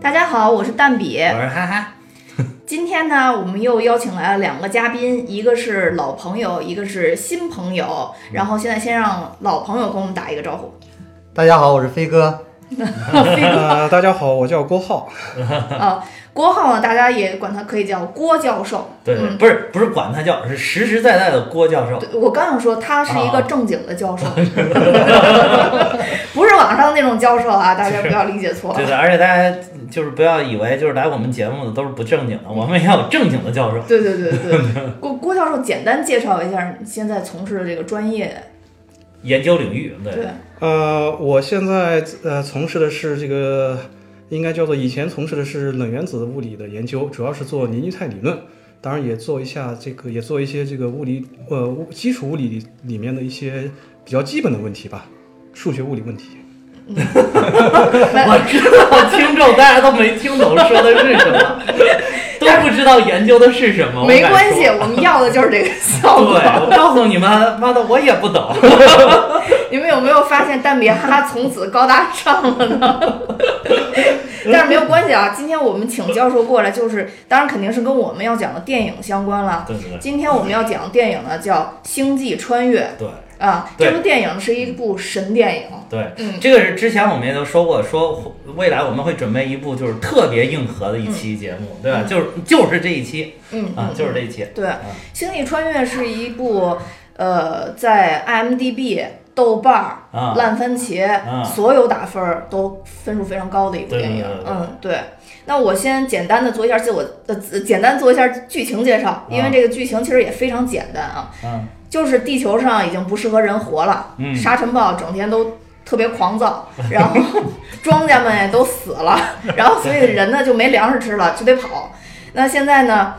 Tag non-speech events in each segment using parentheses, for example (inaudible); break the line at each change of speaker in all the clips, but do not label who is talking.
大家好，我是蛋比。
我是哈哈，
今天呢，我们又邀请来了两个嘉宾，一个是老朋友，一个是新朋友。
嗯
然后现在先让老朋友跟我们打一个招呼。
大家好，我是飞哥。 (laughs)
呃，大家好，我叫郭浩。
呃郭浩呢，大家也管他可以叫郭教授。
对，
嗯
不是不是管他叫，是实实在在的郭教授。
对我刚想说他是一
啊
个正经的
(laughs)
教授， (laughs) 不是网上那种教授啊，大家不要理解错
(laughs) 对。对，而且大家就是不要以为就是来我们节目的都是不正经的，我们也有正经的教授。
对对对对，郭郭教授简单介绍一下你现在从事的这个专业。
研究领域，对，
对，
呃，我现在呃从事的是这个，应该叫做以前从事的是冷原子物理的研究，主要是做凝聚态理论，当然也做一下这个，也做一些这个物理呃物基础物理里里面的一些比较基本的问题吧，数学物理问题。
我知道听众大家都没听懂说的是什么，都不知道研究的是什么。我
没
敢
关系，
说。
我们要的就是这个效
对，
果。
我告诉你们，妈的，我也不
(laughs)
懂。
你们有没有发现蛋比哈从此高大上了呢？ (laughs) 但是没有关系啊，今天我们请教授过来，就是当然肯定是跟我们要讲的电影相关了。
对对
今天我们要讲的电影呢叫《星际穿越
对》
啊，
对
这部电影是一部神电影。
对，
嗯
这个是之前我们也都说过，说未来我们会准备一部就是特别硬核的一期节目，对吧？就是就是这一期
嗯
啊，
嗯
就是这一期。
对，《星际穿越》是一部呃，在 IMDB、豆瓣儿、
啊
烂番茄、
啊
所有打分儿都分数非常高的一部
对
电影。
对对对
嗯，对。那我先简单的做一下自我呃，自简单做一下剧情介绍，因为这个剧情其实也非常简单啊，
嗯，
就是地球上已经不适合人活了，
嗯
沙尘暴整天都。特别狂躁，然后
(laughs)
庄稼们也都死了，然后所以人呢就没粮食吃了，就得跑。那现在呢，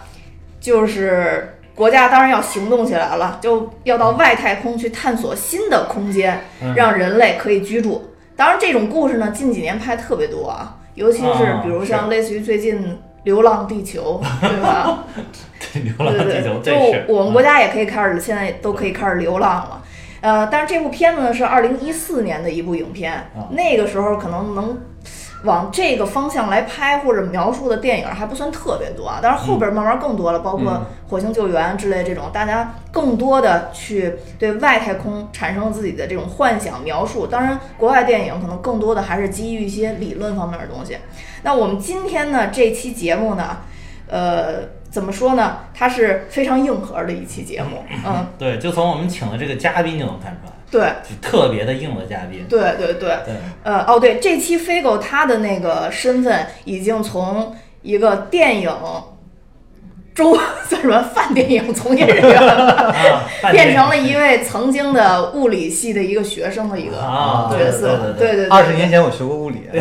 就是国家当然要行动起来了，就要到外太空去探索新的空间，
嗯
让人类可以居住。当然，这种故事呢，近几年拍特别多啊，尤其是
啊
比如像类似于最近《流浪地球》，对吧？
(laughs) 对，流浪
对
地
对
球，
对，
这是嗯
就我们国家也可以开始，现在都可以开始流浪了。呃，但是这部片子呢是二零一四年的一部影片，
啊
那个时候可能能往这个方向来拍或者描述的电影还不算特别多啊，但是后边慢慢更多了，包括
嗯
《火星救援》之类这种，大家更多的去对外太空产生了自己的这种幻想描述。当然，国外电影可能更多的还是基于一些理论方面的东西。那我们今天呢这期节目呢，呃。怎么说呢？它是非常硬核的一期节目，嗯，
对，就从我们请的这个嘉宾就能看出来，
对，
就特别的硬的嘉宾。
对对对，
对，
(laughs) 呃，哦对，这期飞狗他的那个身份已经从一个电影周 (laughs) 算什么泛电影从业人员，
啊，半天
变成了一位曾经的物理系的一个学生的一个
啊，对
角
对
色
对。
对对，
二十年前我学过物理，啊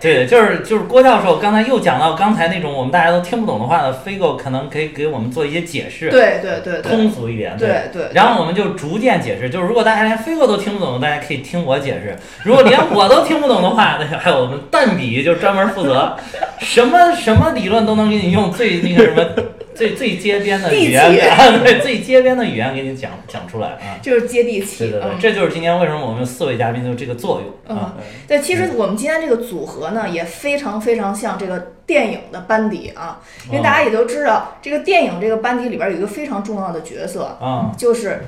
对， (laughs) 就是就是郭教授刚才又讲到刚才那种我们大家都听不懂的话呢，飞狗可能可以给我们做一些解释，
对对对对
通俗一点。对
对对，
然后我们就逐渐解释，就是如果大家连飞哥都听不懂，大家可以听我解释；如果连我都听不懂的话， (laughs) 那还有我们蛋比就专门负责，什么什么理论都能给你用最那个什么最最街边的语言
地，气
啊 (laughs) 对最街边的语言给你讲讲出来啊！
就是接地
对
气，
对对，
嗯。
这就是今天为什么我们四位嘉宾的这个作
嗯
用啊！，
对，其实我们今天这个组合呢，也非常非常像这个电影的班底啊，因为大
哦
家也都知道，这个电影这个班底里边有一个非常重要的角色，
啊
就是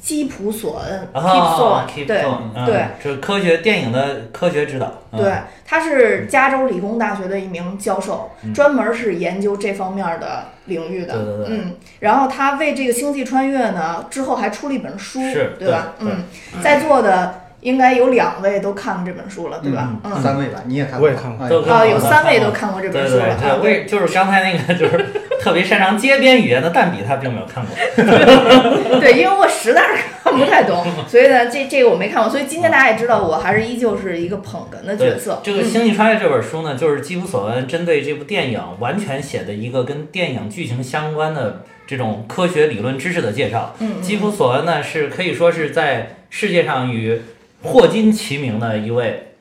基普索恩
啊
嗯 Keep
，keep
Thorne，对
going，嗯
对，
这是科学电影的科学指导，嗯
对，他是加州理工大学的一名教授，专门是研究这方面的领域的。
嗯对对对
嗯，然后他为这个星际穿越呢，之后还出了一本书，
是
对吧？
对
嗯，在座的应该有两位都看过这本书了，对吧？嗯。
三位吧，你也看过，
我也看过
哎
都看
啊，
过
有三位都看过这
对
本
对
书了
对，
啊！
为就是刚才那个 (laughs) 就是特别擅长街边语言的蛋比，他并没有看过。
对，因为我实在是看不太
(laughs)
懂，所以呢，这这个我没看过，所以今天大家也知道，我还是依旧是一个捧哏的呃角色。嗯
这个《星际穿越》这本书呢，就是基普索恩针对这部电影完全写的一个跟电影剧情相关的这种科学理论知识的介绍。
嗯嗯
基普索恩呢是可以说是在世界上与霍金齐名的一位，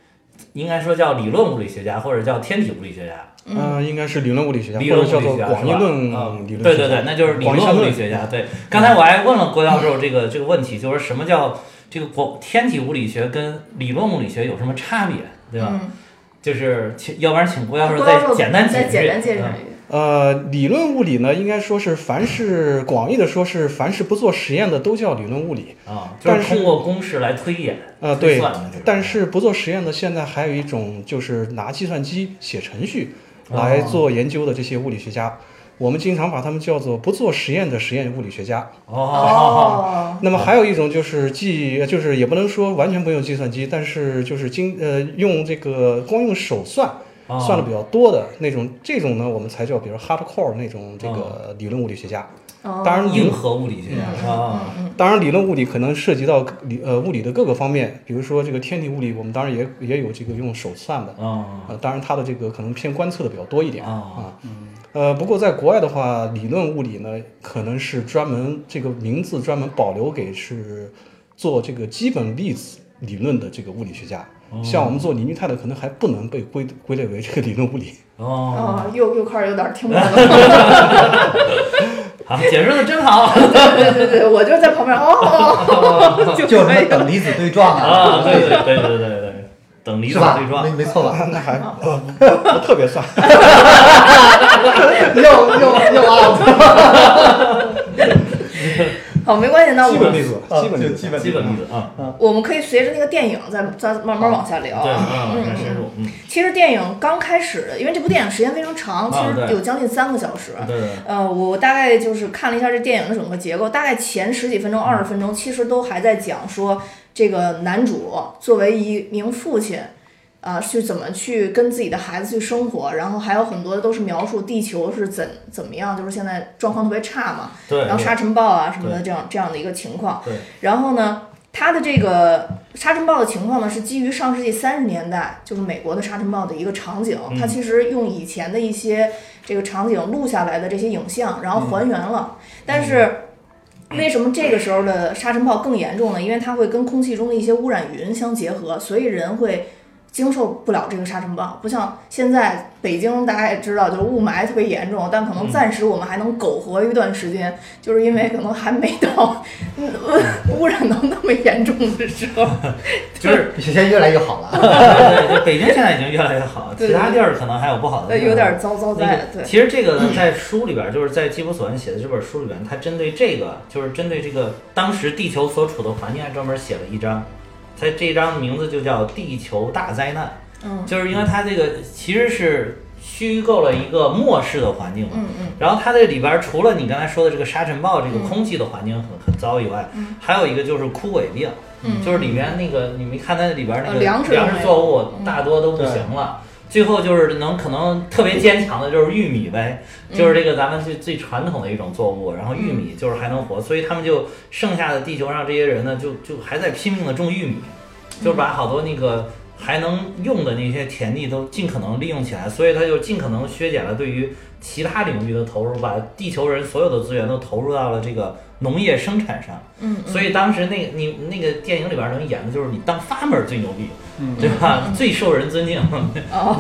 应该说叫理论物理学家或者叫天体物理学家。
嗯、应该是理论物理学家，
理
或
论
者
物
叫
理
做
学家
广义
是吧
论
啊
理论
对
学
对
家
对，那就是理
广义
论
相
物
对
理学家。对，刚才我还问了郭教授这个这个问题，就是什么叫这个广天体物理学跟理论物理学有什么差别，对吧？
嗯
就是请，要不然请郭教授
郭教授
简单
再
解
简
释。
单介绍
嗯
一个，
呃，理论物理呢，应该说是凡是广义的说是凡是不做实验的都叫理论物理。
啊，就
嗯但
是
是
通过公式来推演
呃，
推
对，
算的这种。
但是不做实验的，现在还有一种就是拿计算机写程序来做研究的这些物理学家，我们经常把他们叫做不做实验的实验物理学家。
哦，
那么还有一种就是计，就是也不能说完全不用计算机，但是就是经呃用这个光用手算。
哦
(laughs) 算的比较多的那种，这种呢，我们才叫比如 hardcore 那种这个理论物理学家。
哦，嗯
当然，理
硬核物理学
嗯
家啊，
当然，理论物理可能涉及到理呃物理的各个方面，比如说这个天体物理，我们当然也也有这个用手算的，
嗯
呃，当然它的这个可能偏观测的比较多一点
啊，
啊。呃，不过在国外的话，理论物理呢，可能是专门这个名字专门保留给是做这个基本粒子理论的这个物理学家。像我们做凝聚态的，可能还不能被归归类为这个理论物理。 (laughs)
哦，
哦，又又开始有点听不懂了。
(laughs) 好，解释的
(laughs)
真好
对对对，我就在旁边
(laughs)
哦，就
(laughs) 就是
没
那等离子对撞
啊！
啊，
对对对对对对，等离
是
子
吧
对？撞
没没错
(laughs)
吧？
那还不 (laughs) 不特别算。
哎
又又又啊！
(laughs)
好，没关系，那我
基
们
本粒子， (laughs) 基本粒
就
子
基。本
基本粒子啊，
我们可以随着那个电影再再慢慢往下聊
对，
啊。
嗯，往下深入，嗯，
其实电影刚开始，因为这部电影时间非常长，其
啊
实
对
有将近三个小时。
对对，
呃，我大概就是看了一下这电影的整个结构，大概前十几分钟、二十分钟，其实都还在讲说这个男主作为一名父亲，啊、是怎么去跟自己的孩子去生活，然后还有很多都是描述地球是怎怎么样，就是现在状况特别差嘛，
对，
然后沙尘暴啊什么的
对
这样这样的一个情况。
对
然后呢，它的这个沙尘暴的情况呢，是基于上世纪三十年代就是美国的沙尘暴的一个场景，
嗯
它其实用以前的一些这个场景录下来的这些影像，然后还原
嗯
了，但是。为什么这个时候的沙尘暴更严重呢？因为它会跟空气中的一些污染云相结合，所以人会经受不了这个沙尘暴。不像现在北京，大家也知道，就是雾霾特别严重，但可能暂时我们还能苟活一段时间，就是因为可能还没到嗯污染到那么严重的时候。
就是
(laughs)
现在越来越好了，
对对，对，北京现在已经越来越好，
对
其他地儿可能还有不好的
呃，
地方。
有点糟糟
那
在，
个，
对，
其实这个呢，在书里边儿，就是在基普索恩写的这本书里边，他针对这个，就是针对这个当时地球所处的环境，还专门写了一章。他这一章名字就叫《地球大灾难》，
嗯
就是因为它这个其实是虚构了一个末世的环境嘛。
嗯嗯，
然后它这里边儿除了你刚才说的这个沙尘暴，这个空气的环境很很糟以外，还有一个就是枯萎病，
嗯
就是里面那个你没看它里边儿那个
呃粮食都没有
作
嗯
物大多都不行了。最后就是能可能特别坚强的就是玉米呗，就是这个咱们最最传统的一种作物，然后玉米就是还能活，所以他们就剩下的地球上这些人呢，就就还在拼命的种玉米，就把好多那个还能用的那些田地都尽可能利用起来，所以他就尽可能削减了对于其他领域的投入，把地球人所有的资源都投入到了这个农业生产上。
嗯，
所以当时那个你那个电影里边能演的就是你当 farmer 最牛逼，对吧？最受人尊敬。
哦，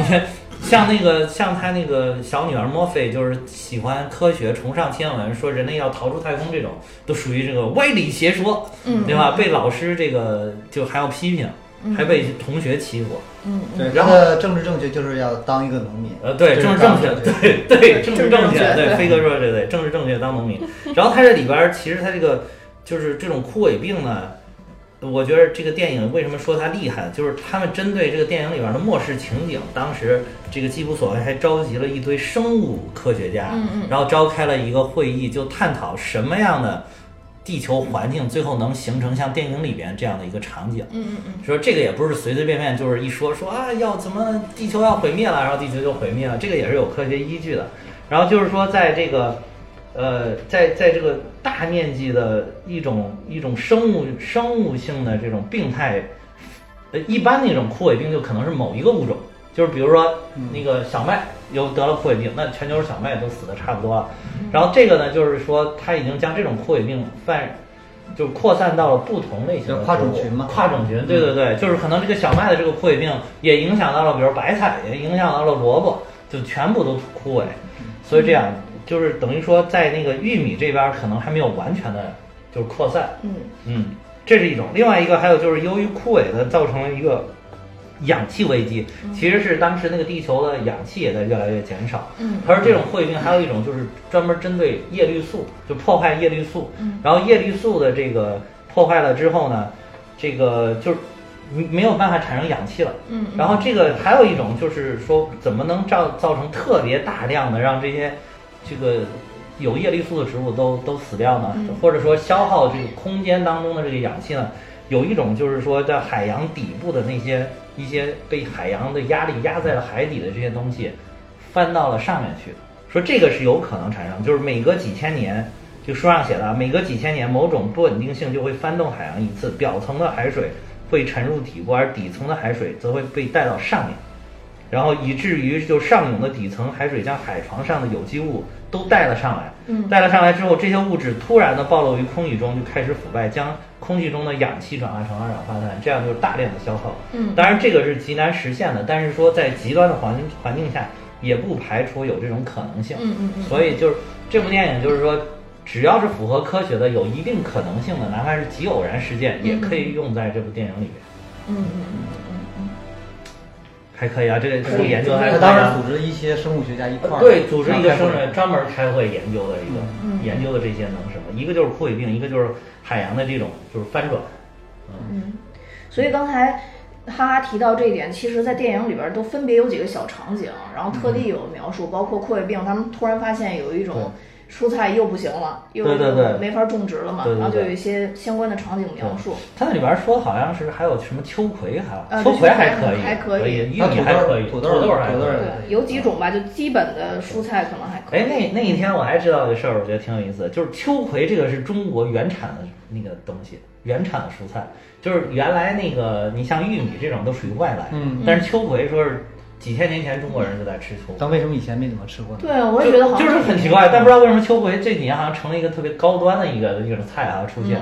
像那个像他那个小女儿墨菲，就是喜欢科学、崇尚天文，说人类要逃出太空这种，都属于这个歪理邪说，
嗯，
对吧？被老师这个就还要批评，
嗯
还被同学欺负。
嗯嗯，
对，他的政治正确就是要当一个农民，
呃，对，
这是
政治正
当
确，
然
对对，
对政
政
治
治
正
正
确
确，对，
对
飞哥说的对对，政治正确当农民。然后他这里边儿其实他这个就是这种枯萎病呢，我觉得这个电影为什么说它厉害，就是他们针对这个电影里边的末世情景，当时这个基普索恩还召集了一堆生物科学家，
嗯嗯
然后召开了一个会议，就探讨什么样的地球环境最后能形成像电影里边这样的一个场景。
嗯嗯嗯，
说这个也不是随随便便，就是一说说啊，要怎么地球要毁灭了，然后地球就毁灭了，这个也是有科学依据的。然后就是说，在这个，呃，在在这个大面积的一种一种生物生物性的这种病态，呃，一般那种枯萎病就可能是某一个物种，就是比如说
嗯
那个小麦有得了枯萎病，那全球小麦都死的差不多了。然后这个呢，就是说它已经将这种枯萎病泛。就扩散到了不同类型的
就跨
作
种
物
群嘛嗯
跨种群，对对对，就是可能这个小麦的这个枯萎病也影响到了，比如白菜，也影响到了萝卜，就全部都枯萎。
嗯
所以这样就是等于说，在那个玉米这边儿可能还没有完全的就是扩散，
嗯
嗯，这是一种。另外一个还有就是由于枯萎的造成了一个氧气危机，其实是当时那个地球的氧气也在越来越减少。
嗯，
他说这种汇病还有一种就是专门针对叶绿素，就破坏叶绿素。然后叶绿素的这个破坏了之后呢，这个就是没没有办法产生氧气了。
嗯，
然后这个还有一种就是说，怎么能造造成特别大量的让这些这个有叶绿素的植物都都死掉呢？
嗯
或者说消耗这个空间当中的这个氧气呢？有一种就是说，在海洋底部的那些一些被海洋的压力压在了海底的这些东西，翻到了上面去。说这个是有可能产生，就是每隔几千年，就书上写的啊，每隔几千年某种不稳定性就会翻动海洋一次，表层的海水会沉入底部，而底层的海水则会被带到上面，然后以至于就上涌的底层海水将海床上的有机物都带了上来，
嗯
带了上来之后，这些物质突然的暴露于空气中，就开始腐败，将空气中的氧气转化成二氧化碳，这样就是大量的消耗。
嗯
当然这个是极难实现的，但是说在极端的环环境下，也不排除有这种可能性。
嗯嗯嗯
所以就是这部电影，就是说，只要是符合科学的，有一定可能性的，哪怕是极偶然事件，也可以用在这部电影里面。
嗯嗯
还可以啊，这个这个研究还可
他
以
当时
啊。
组织了一些生物学家一块儿
对，组织一个
然后
生
开会
人专门开会研究的一个，
嗯
研究的这些能什么？一个就是枯萎病，一个就是海洋的这种就是翻转。
嗯所以刚才哈哈提到这一点，其实，在电影里边都分别有几个小场景，然后特地有描述，包括枯萎病，他们突然发现有一种蔬菜又不行了，又
对对对
没法种植了嘛，
对对对
然后就有一些相关的场景描述。
它那里边说好像是还有什么秋葵，还
啊
有秋葵还
对秋葵
可以，
还可以
玉
啊
米
土豆
还可以，
土
豆
豆
还
土豆
可以。
对，有几种吧，就基本的蔬菜可能还可以。
哎，那那一天我还知道一个事儿，我觉得挺有意思的，就是秋葵这个是中国原产的那个东西，原产的蔬菜，就是原来那个你像玉米这种都属于外来，
嗯，
但是秋葵说是几千年前中国人就在吃秋葵。
但为什么以前没怎么吃过呢？
对，我也觉得好
就
像
是很奇怪，但不知道为什么秋葵这几年好像成了一个特别高端的一个一种菜啊出现，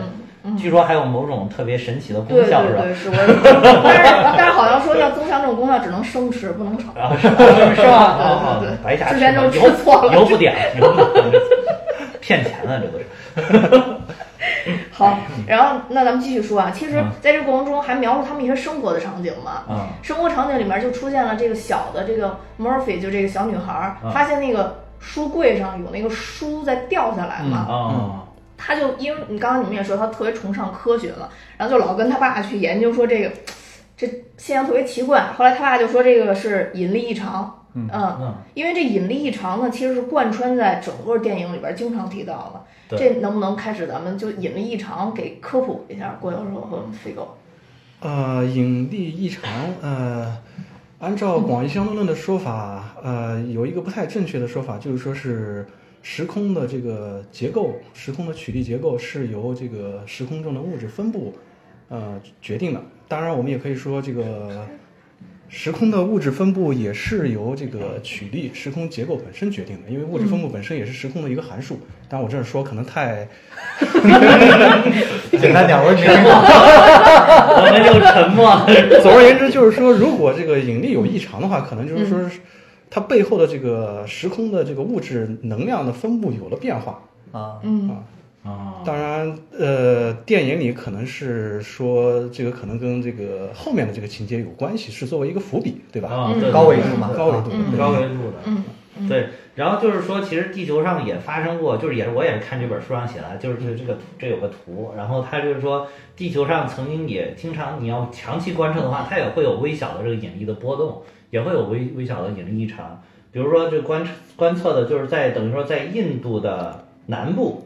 据说还有某种特别神奇的功
对
效，
嗯
是
对
吧？
对，是我也觉得， (laughs) 但是但是好像说要增强这种功效，只能生吃，不能炒。
然后是吧？ (laughs) 是吧？
对
好好
对对，
白瞎
之前
了
就吃错了
以后不点，以后不点， (laughs) 骗钱了，这都是。
好，
嗯
然后那咱们继续说啊，其实在这个过程中还描述他们一些生活的场景嘛。
嗯
生活场景里面就出现了这个小的这个 Murphy，就这个小女孩儿，
嗯
发现那个书柜上有那个书在掉下来嘛。
哦， (laughs)
她就因为你刚刚你们也说她特别崇尚科学嘛，然后就老跟她爸去研究说这个这现象特别奇怪。后来她爸就说这个是引力异常，嗯
嗯
因为这引力异常呢，其实是贯穿在整个电影里边经常提到的。
对
这能不能开始咱们就引力异常给科普一下郭教授和飞狗？
呃，引力异常，呃，按照广义相对论的说法，呃，有一个不太正确的说法，就是说是时空的这个结构，时空的曲率结构是由这个时空中的物质分布，呃，决定的。当然，我们也可以说这个时空的物质分布也是由这个曲率、时空结构本身决定的，因为物质分布本身也是时空的一个函数。但我这样说可能太
简单点，我只是
(laughs)
说
我们就沉默了。
(laughs) 总而言之，就是说，如果这个引力有异常的话，可能就是说，它背后的这个时空的这个物质能量的分布有了变化。
啊，
嗯
哦
当然，呃，电影里可能是说这个可能跟这个后面的这个情节有关系，是作为一个伏笔，对吧？
哦对
高维度嘛
对
高维度
对
嗯
高维度的。
嗯
对，然后就是说，其实地球上也发生过，就是也是我也是看这本书上写的，就是这个这个这有个图，然后它就是说，地球上曾经也经常你要长期观测的话，它也会有微小的这个引力的波动，也会有微微小的引力异常。比如说，这观观测的就是在等于说在印度的南部，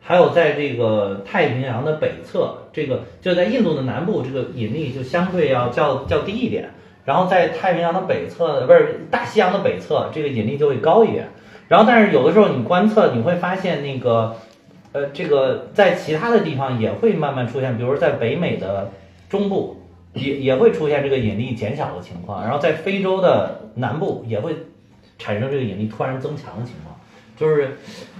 还有在这个太平洋的北侧，这个就在印度的南部，这个引力就相对要较较低一点。然后在太平洋的北侧，不是大西洋的北侧，这个引力就会高一点。然后，但是有的时候你观测，你会发现那个，呃，这个在其他的地方也会慢慢出现，比如说在北美的中部也也会出现这个引力减小的情况，然后在非洲的南部也会产生这个引力突然增强的情况。就是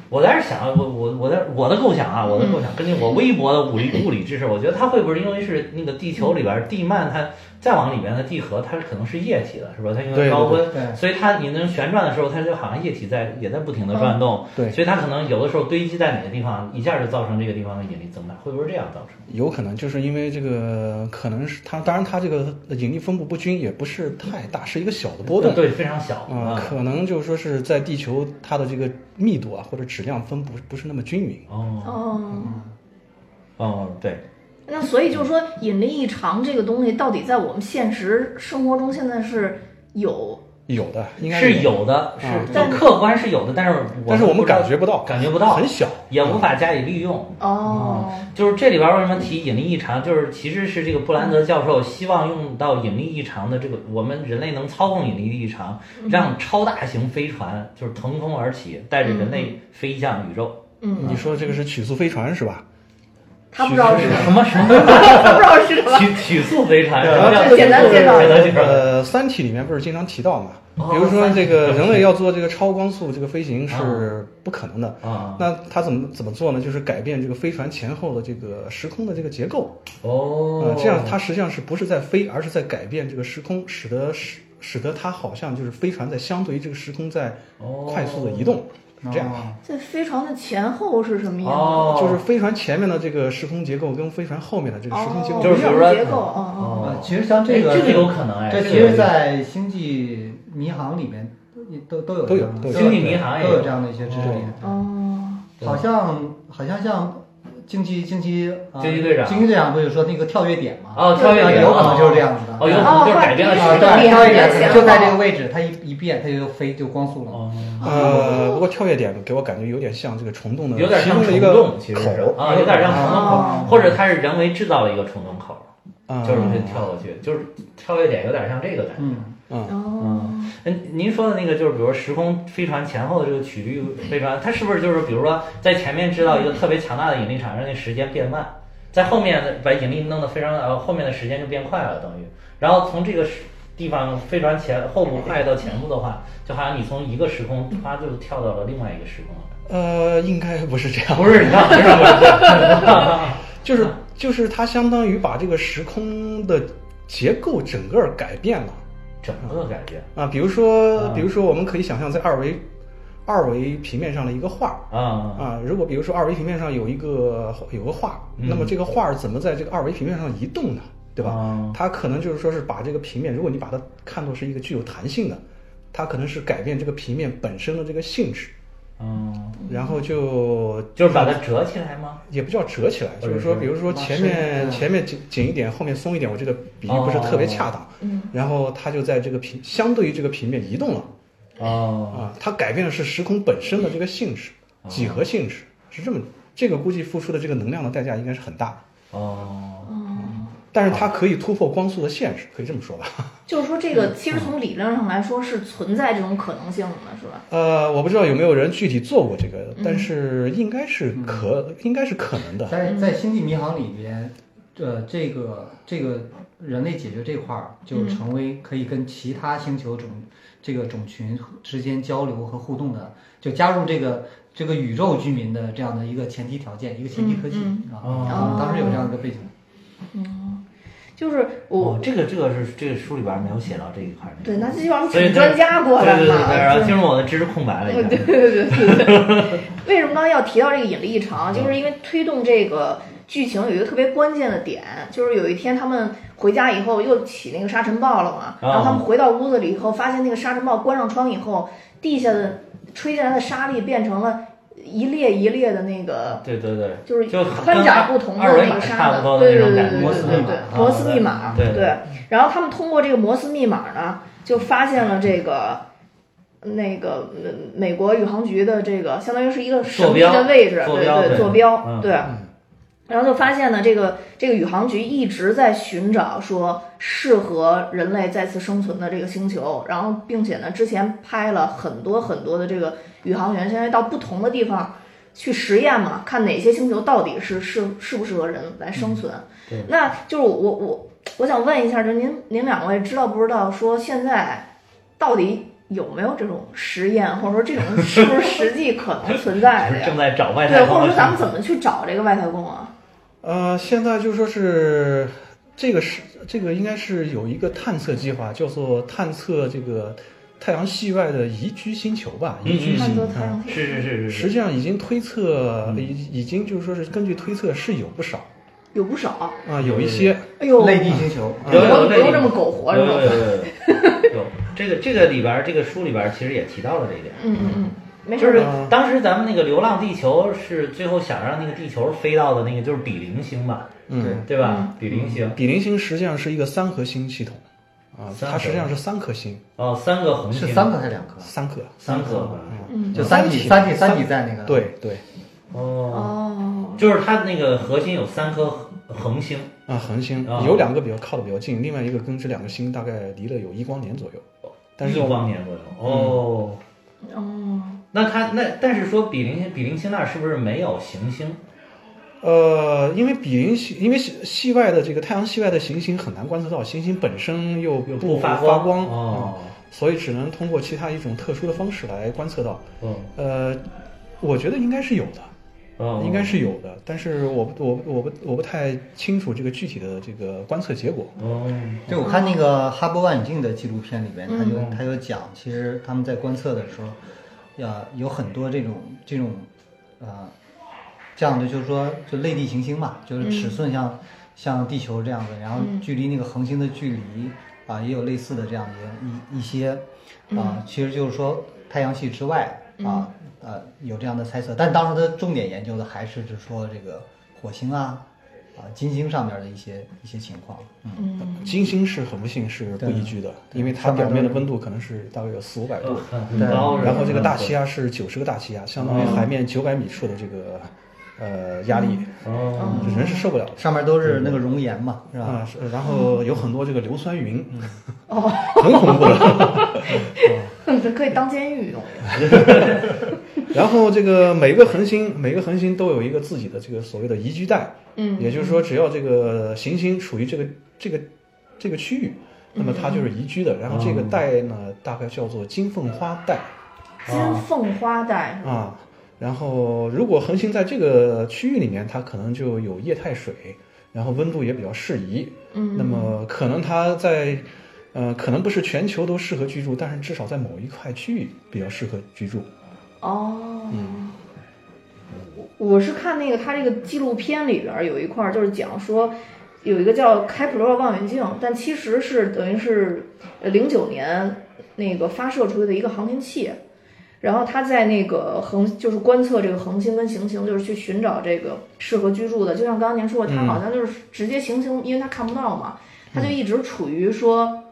我在这想，啊我我我在我的构想啊，我的
嗯
构想，根据我微薄的物理物理知识，我觉得它会不会因为是那个地球里边地幔它再往里面的地核它是可能是液体的，是吧？它因
对
为
对
高温，
对
所以它你能旋转的时候，它就好像液体在也在不停的转动，
嗯对
所以它可能有的时候堆积在哪个地方，一下就造成这个地方的引力增大，会不会是这样造成？
有可能就是因为这个，可能是它，当然它这个引力分布不均，也不是太大，是一个小的波动。
对，非常小
啊、
啊。
可能就是说是在地球它的这个密度啊或者质量分布不是那么均匀。
哦
哦，
哦，对，
那所以就是说，引力异常这个东西到底在我们现实生活中现在是有
有的应该
是，有的，是
啊
就客观是有的，但是
但是我们
不知道
感觉不到，
感觉不到，
很小，
也无法加以利用。
哦，
就是这里边为什么提引力异常，就是其实是这个布兰德教授希望用到引力异常的这个，我们人类能操控引力异常，让超大型飞船就是腾空而起，带着人类飞向宇宙。
嗯，
你说这个是曲速飞船是吧？
他不知道是什
什
么，
么什么
他不知道是什么，
曲曲速飞船？
对
什么叫
这简单介绍一下
简单介绍一下。
呃，《三体》里面不是经常提到嘛？
哦
比如说
三体哦
这个人类要做这个超光速这个飞行是不可能的。
啊，
那他怎么怎么做呢？就是改变这个飞船前后的这个时空的这个结构，
哦
呃，，这样它实际上是不是在飞，而是在改变这个时空，使得使使得它好像就是飞船在相对于这个时空在
哦
快速的移动，是这样。
哦
这飞船的前后是什么样？
哦，
就是飞船前面的这个时空结构跟飞船后面的这个时空结构
哦
不
就是
一
比
样
如。说
结构，哦
哦
啊，其实像这个，
哎这个有可能哎
这
这
其
个有
实，在星际迷航里面都都有
都有
这样的
都有
星际迷航也
都
有
有这样的一些知识
哦
点。
哦哦，
对
好像好像像惊奇惊奇呃
惊奇队长
惊奇队长不是说那个跳跃点吗？啊
哦，跳跃点
有可能就是这样子的。
哦，有可能就是改变了
哦
啊
时
是的
代。
对，跳跃
是的
点就在这个位置，它一一变，它就飞就光速了。
哦，
呃，不过跳跃点给我感觉有点像这个虫洞的
有点
其
像
中的一
虫
个
洞，其实是
口嗯
啊，有点像虫洞口
啊
哦，
或者它是人为制造了一个虫洞口，
啊，
就是这跳过去，就是跳跃点有点像这个感觉。
嗯，
嗯，
哦，
嗯，您说的那个就是，比如说时空飞船前后的这个曲率飞船，它是不是就是比如说在前面制造一个特别强大的引力场，让那时间变慢，在后面把引力弄得非常呃，后面的时间就变快了，等于，然后从这个时地方飞船前后部快到前部的话，就好像你从一个时空它就跳到了另外一个时空了。
呃，应该不是这样，
不是，你看，不是，不是，
就是
嗯
就是它相当于把这个时空的结构整个儿改变了
(laughs) 整个感觉
啊，比如说
啊
比如说我们可以想象在二维二维平面上的一个画儿
啊，
啊，如果比如说二维平面上有一个有个画，
嗯
那么这个画儿怎么在这个二维平面上移动呢？对吧？
哦
它可能就是说是把这个平面，如果你把它看作是一个具有弹性的，它可能是改变这个平面本身的这个性质，
嗯，
然后就
就是把它折起来吗？
也不叫折起来，就是说，比如说
往
前
深
面
啊
嗯
前面紧紧一点，后面松一点，我这个比喻不是特别
哦
恰当。
嗯，
然后它就在这个平相对于这个平面移动了
哦，
啊，它改变的是时空本身的这个性质，几何性质是这么。这个估计付出的这个能量的代价应该是很大的，
哦，
但是它可以突破光速的限制，可以这么说吧。 (laughs)
就是说这
嗯
个其实从理论上来说是存在这种可能性的，是吧？
呃，我不知道有没有人具体做过这个，但是应该是可应该是可能的。
在在星际迷航里边，呃，这个这个人类解决这块儿，
嗯
就成为可以跟其他星球种这个种群之间交流和互动的，就加入这个这个宇宙居民的这样的一个前提条件，一个前提科技
嗯
嗯
啊，当时有这样一个背景。
就是我
哦，这个这个是这个书里边没有写到这一块儿。
对，那这就让我们
所以
请专家过来
对对对对，然后
嘛。
进入我的知识空白了一
(laughs) 对
下。
对对对对。
(laughs)
为什么刚才要提到这个引力异
嗯
常？就是因为推动这个剧情有一个特别关键的点，就是有一天他们回家以后又起那个沙尘暴了嘛，
啊
然后他们回到屋子里以后，发现那个沙尘暴关上窗以后，地下的吹进来的沙粒变成了一列一列的那个。
对对对，
(laughs) 就是
就
宽窄不同的
二维
那
码
个
差
沙
不
的，
多的
对对
那种
对
感觉，
对
摩斯密
对
码
对
啊，
摩斯密码，
对
对。然后他们通过这个摩斯密码呢，就发现了这个。那个呃美国宇航局的这个相当于是一个神
坐
秘
标
的位置，
坐
对
标
对，
对
坐标
嗯
对。然后就发现呢，这个这个宇航局一直在寻找说适合人类再次生存的这个星球，然后并且呢，之前拍了很多很多的这个宇航员，现在到不同的地方去实验嘛，看哪些星球到底是适适不适合人来生存。
对
那就是我我我我想问一下，就是您您两位知道不知道说现在到底有没有这种实验，或者说这种
(laughs)
是不是实际可能存在的呀
正？在找外
对，
太
或者说
空的时候
咱们怎么去找这个外太空啊？
呃，现在就说是这个是这个应该是有一个探测计划，叫做探测这个太阳系外的宜居星球吧，宜居
慢
星
做
球。
太阳系。
嗯是是是是
实
是，
际上已经推测，已已经就是说是根据推测是有不少
有不少，
嗯
啊，有一些
哎呦，
类地星球，
不
有有
用
类
不
地
用这么苟活
有
是
有
吧？
有有有这个这个里边儿这个书里边儿其实也提到了这一点。
嗯嗯嗯，没事
就
儿。
是当时咱们那个《流浪地球》是最后想让那个地球飞到的那个就是比邻星吧，
对
嗯，
对吧？比邻星
比邻星实际上是一个三颗星系统啊，
三颗嗯
它实际上是三颗星，
哦，三个恒星，
是三颗还是两颗？
三颗。
三颗吧，
嗯
就三体，三体，三体在那个
对对
哦，
哦，
就是它那个核心有三颗恒恒星，
啊，恒星
啊
有两个比较靠的比较近，另外一个跟这两个星大概离了有一光年左右。但是嗯
一光年左右。哦，
哦，
那它那但是说比邻星比邻星那儿是不是没有行星？
呃，因为比邻系，因为系系外的这个太阳系外的行星很难观测到，行星本身又
又
不
发
光，
哦，
嗯所以只能通过其他一种特殊的方式来观测到。
嗯，
呃，我觉得应该是有的，
哦，
应该是有的，但是我不我不我不我不太清楚这个具体的这个观测结果。
哦，
嗯
对，我看那个哈勃望远镜的纪录片里边，他就
嗯
他就讲，其实他们在观测的时候，呀，有很多这种这种，呃，这样的就是说，就类地行星嘛，就是尺寸像、像地球这样的，然后距离那个恒星的距离啊、也有类似的这样的一一些，啊、其实就是说太阳系之外啊、呃有这样的猜测，但当时他重点研究的还是就是说这个火星啊啊金星上面的一些一些情况，嗯。
金星是很不幸是不宜居的，因为它
上面
表
都
面的
是
温度可能是大概有四五百度
哦，很
对
很高，
然后这个大气
气
压是九十个大气压，相当于海面九百米处的这个呃压力，
哦，
人是受不了的。
上面都是那个熔岩嘛，是吧？
啊，是然后有很多这个硫酸云， (laughs) 很恐怖的。 (laughs)
哼嗯 (laughs) 可以当监狱用。
然后这个每个恒星，每个恒星都有一个自己的这个所谓的宜居带，
嗯，
也就是说，只要这个行星处于这个这个这个区域，那么它就是宜居的。然后这个带呢，大概叫做金凤花带
金凤花带是吧？
啊。然后如果恒星在这个区域里面，它可能就有液态水，然后温度也比较适宜。
嗯，
那么可能它在，呃，可能不是全球都适合居住，但是至少在某一块区域比较适合居住。
哦，我我是看那个他这个纪录片里边儿有一块儿就是讲说。有一个叫开普勒望远镜，但其实是等于是呃零九年那个发射出去的一个航天器，然后它在那个恒就是观测这个恒星跟行星，就是去寻找这个适合居住的。就像刚刚您说，的，它好像就是直接行星，因为它看不到嘛，它就一直处于说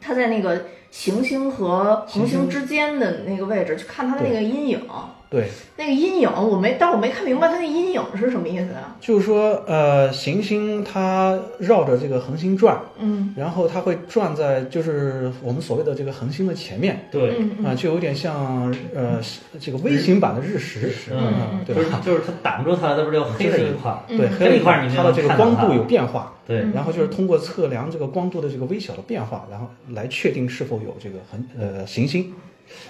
它在那个行星和恒星之间的那个位置，去看它的那个阴影。
对，
那个阴影我没，但我没看明白它那阴影是什么意思啊？
就是说，呃，行星它绕着这个恒星转，
嗯
然后它会转在就是我们所谓的这个恒星的前面
对，
嗯
啊、就有点像呃这个微型版的日食，
嗯
对
就是
吧？
就是它挡住它，它不是就黑了一块儿？
对，
这一块儿你就
它的这个
能看
光
到它嗯
度有变化，
对，
然后就是通过测量这个光度的这个微小的变化，然后来确定是否有这个恒呃行星。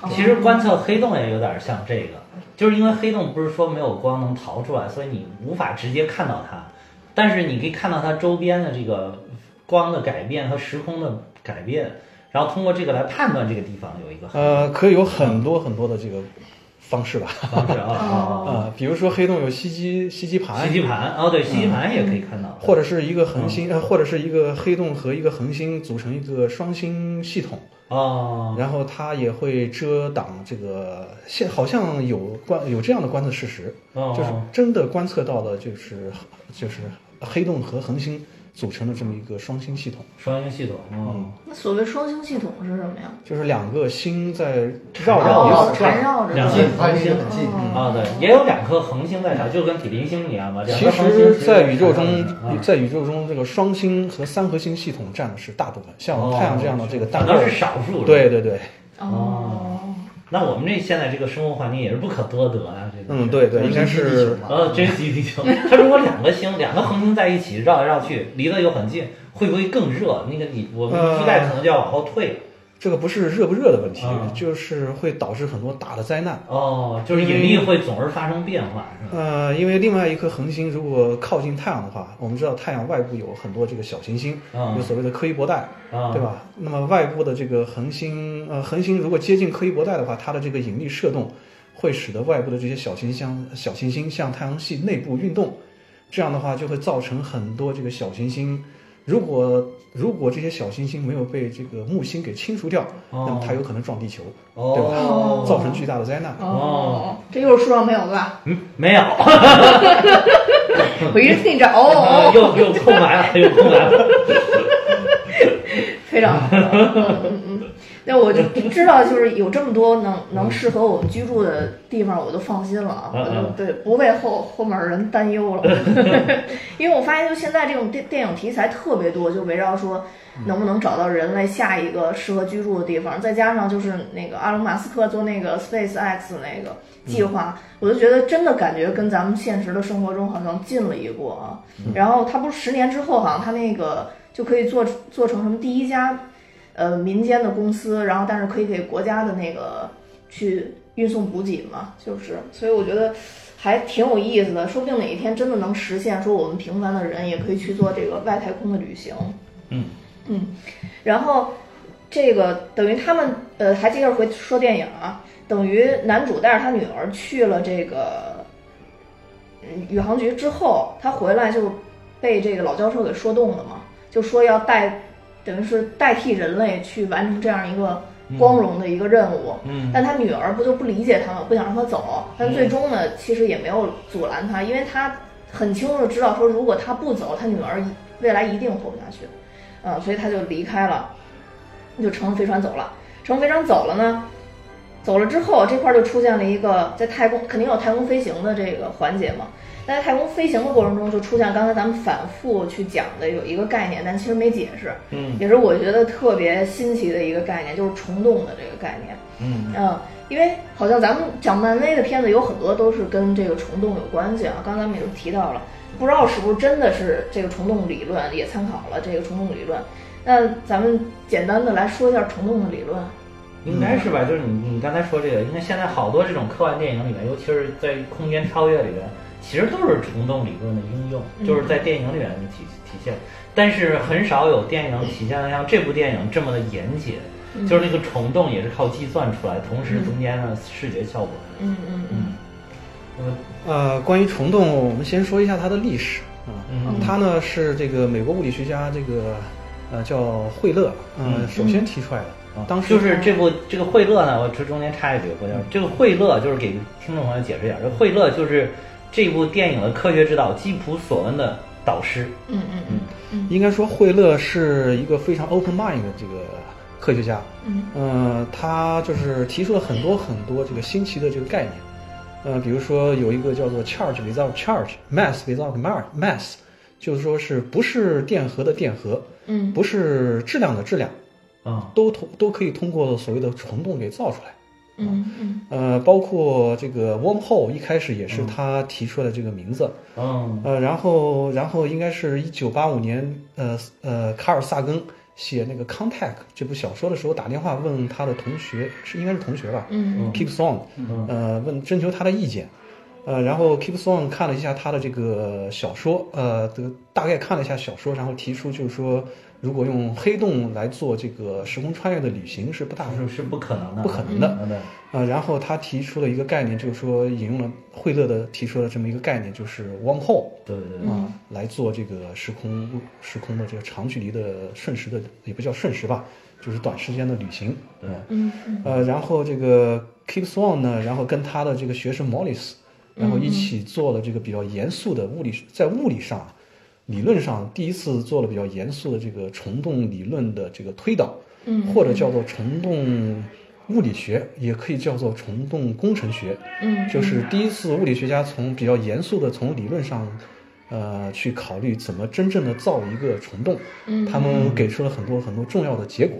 其实观测黑洞也有点像这个，就是因为黑洞不是说没有光能逃出来，所以你无法直接看到它，但是你可以看到它周边的这个光的改变和时空的改变，然后通过这个来判断这个地方有一个黑
呃，可以有很多很多的这个方式吧，
洞方式啊，
哦
呃，比如说黑洞有吸积吸
吸
积盘，
积盘嗯哦，对，吸积盘也可以看到，
或者是一个恒星，呃，或者是一个黑洞和一个恒星组成一个双星系统，
哦，
然后它也会遮挡这个，现好像有观有这样的观测事实，
哦
就是真的观测到了，就是就是黑洞和恒星组成的这么一个双星系统，嗯
双星系统，哦，
那所谓双星系统是什么呀？
就是两个星在绕着
哦
彼
哦，
此
缠
转。
绕着
两
的
个
近，它离得很近。
嗯
啊，对，也有两颗恒星在找，就跟比邻星一样嘛。两
其
颗恒星
实，在宇宙中
啊，
在宇宙中，这个双星和三合星系统占的是大部分，像我们太阳这样的这个单
反倒
位
哦是。少数。
对，对对，
哦，
那我们这现在这个生活环境也是不可多得啊，这个。
嗯，。对对，
就是
应该
地球
是
嘛
呃，珍惜地球。它如果两个星、两个恒星在一起绕来绕去，离得又很近，会不会更热？那个你我们
呃
的膝盖可能就要往后退。
这个不是热不热的问题
啊，
就是会导致很多大的灾难。
哦，就是引
嗯
力会总是发生变化，是吧？
呃，因为另外一颗恒星如果靠近太阳的话，我们知道太阳外部有很多这个小行星，
嗯
有所谓的柯伊伯带，
啊，
对吧？那么外部的这个恒星，呃，恒星如果接近柯伊伯带的话，它的这个引力射动会使得外部的这些小行星、小行星向太阳系内部运动，这样的话就会造成很多这个小行星。如果如果这些小行星没有被这个木星给清除掉，
哦
那么它有可能撞地球，对吧？
哦，
造成巨大的灾难。
哦，
这又是书上没有的
(laughs)
吧？
嗯，没有，
我一直听着哦，
呃 (laughs) 又又空白了，又空白了。
非常好。嗯嗯嗯，那我就知道，就是有这么多能能适合我们居住的地方，我就放心了啊。
嗯
我
嗯
就对，不为后后面人担忧了，因为我发现就现在这种电电影题材特别多，就围绕说能不能找到人类下一个适合居住的地方，再加上就是那个阿隆马斯克做那个 SpaceX 那个计划，我就觉得真的感觉跟咱们现实的生活中好像近了一步啊。然后他不是十年之后，好像他那个就可以做做成什么第一家呃民间的公司，然后但是可以给国家的那个去运送补给嘛，就是，所以我觉得还挺有意思的，说不定哪一天真的能实现，说我们平凡的人也可以去做这个外太空的旅行。
嗯
嗯，然后这个等于他们呃，还接着回说电影啊，等于男主带着他女儿去了这个嗯宇航局之后，他回来就被这个老教授给说动了嘛，就说要带，等于是代替人类去完成这样一个光荣的一个任务。
嗯
但他女儿不就不理解他吗？不想让他走，但最终呢，其实也没有阻拦他，因为他很清楚地知道说，如果他不走，他女儿一未来一定活不下去，啊、所以他就离开了，就乘飞船走了。乘飞船走了呢，走了之后，这块儿就出现了一个在太空肯定有太空飞行的这个环节嘛。那在太空飞行的过程中，就出现刚才咱们反复去讲的有一个概念，但其实没解释，
嗯
也是我觉得特别新奇的一个概念，就是虫洞的这个概念。
嗯
嗯，因为好像咱们讲漫威的片子有很多都是跟这个虫洞有关系啊，刚才咱们也都提到了，不知道是不是真的是这个虫洞理论也参考了这个虫洞理论。那咱们简单的来说一下虫洞的理论。嗯
应该是吧？就是你你刚才说这个，因为现在好多这种科幻电影里面，尤其是在空间超越里边，其实都是虫洞理论的应用，
嗯
就是在电影里面的体体现，但是很少有电影体现的像这部电影这么的严谨。
嗯
就是那个虫洞也是靠计算出来，同时中间的视觉效果。
嗯嗯嗯
嗯
呃，关于虫洞，我们先说一下它的历史啊。
嗯
它呢是这个美国物理学家这个呃叫惠勒，呃、
嗯
首先提出来的。
啊
当时
就是这部这个惠勒呢，我这中间插一句，我
嗯
就是这个惠勒就是给听众朋友解释一下，这惠勒就是这部电影的科学指导基普索恩的导师。
嗯嗯嗯
应该说惠勒是一个非常 open mind 的这个科学家，
嗯
呃，他就是提出了很多很多这个新奇的这个概念，呃，比如说有一个叫做 charge without charge，mass without mar- mass，就是说是不是电荷的电荷，
嗯
不是质量的质量，
啊、
都通都可以通过所谓的虫洞给造出来。
嗯嗯
呃，包括这个 wormhole 一开始也是他提出来的这个名字，
嗯，
呃，然后然后应该是一九八五年，呃呃，卡尔萨根写那个《Contact》这部小说的时候，打电话问他的同学，是应该是同学吧、
嗯
k e e p Song，
嗯
呃，问征求他的意见，呃，然后 Keep Song 看了一下他的这个小说，呃，的大概看了一下小说，然后提出就是说，如果用黑洞来做这个时空穿越的旅行是不大
是是不可能的，嗯
不可能的。
能的。
呃，然后他提出了一个概念，就是说引用了惠勒的提出了这么一个概念，就是 wormhole
对对对，
啊、来做这个时空时空的这个长距离的瞬时的，也不叫瞬时吧，就是短时间的旅行。
对
嗯
呃，然后这个 Keep Swan 呢，然后跟他的这个学生 Morris，然嗯后一起做了这个比较严肃的物理，在物理上、啊理论上第一次做了比较严肃的这个虫洞理论的这个推导，
嗯
或者叫做虫洞物理学，也可以叫做虫洞工程学，
嗯
就是第一次物理学家从比较严肃的从理论上。呃，去考虑怎么真正的造一个虫洞，
嗯
他们给出了很多很多重要的结果。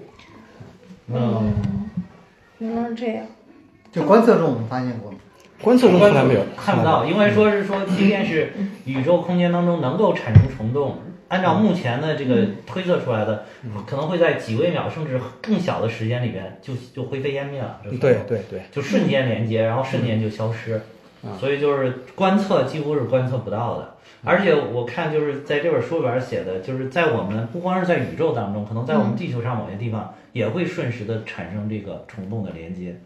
嗯，
原来是这样。
就观测中我们发现过，
观测中从来没有
看不到，因为说是说，即便是宇宙空间当中能够产生虫洞，按照目前的这
嗯
个推测出来的，可能会在几微秒甚至更小的时间里边就就灰飞烟灭了。这个
嗯对对嗯对，
就瞬间连接，然后瞬间就消失，所以就是观测几乎是观测不到的。
嗯
而且我看就是在这本书里边写的，就是在我们不光是在宇宙当中，可能在我
嗯
们地球上某些地方也会瞬时的产生这个虫洞的连接。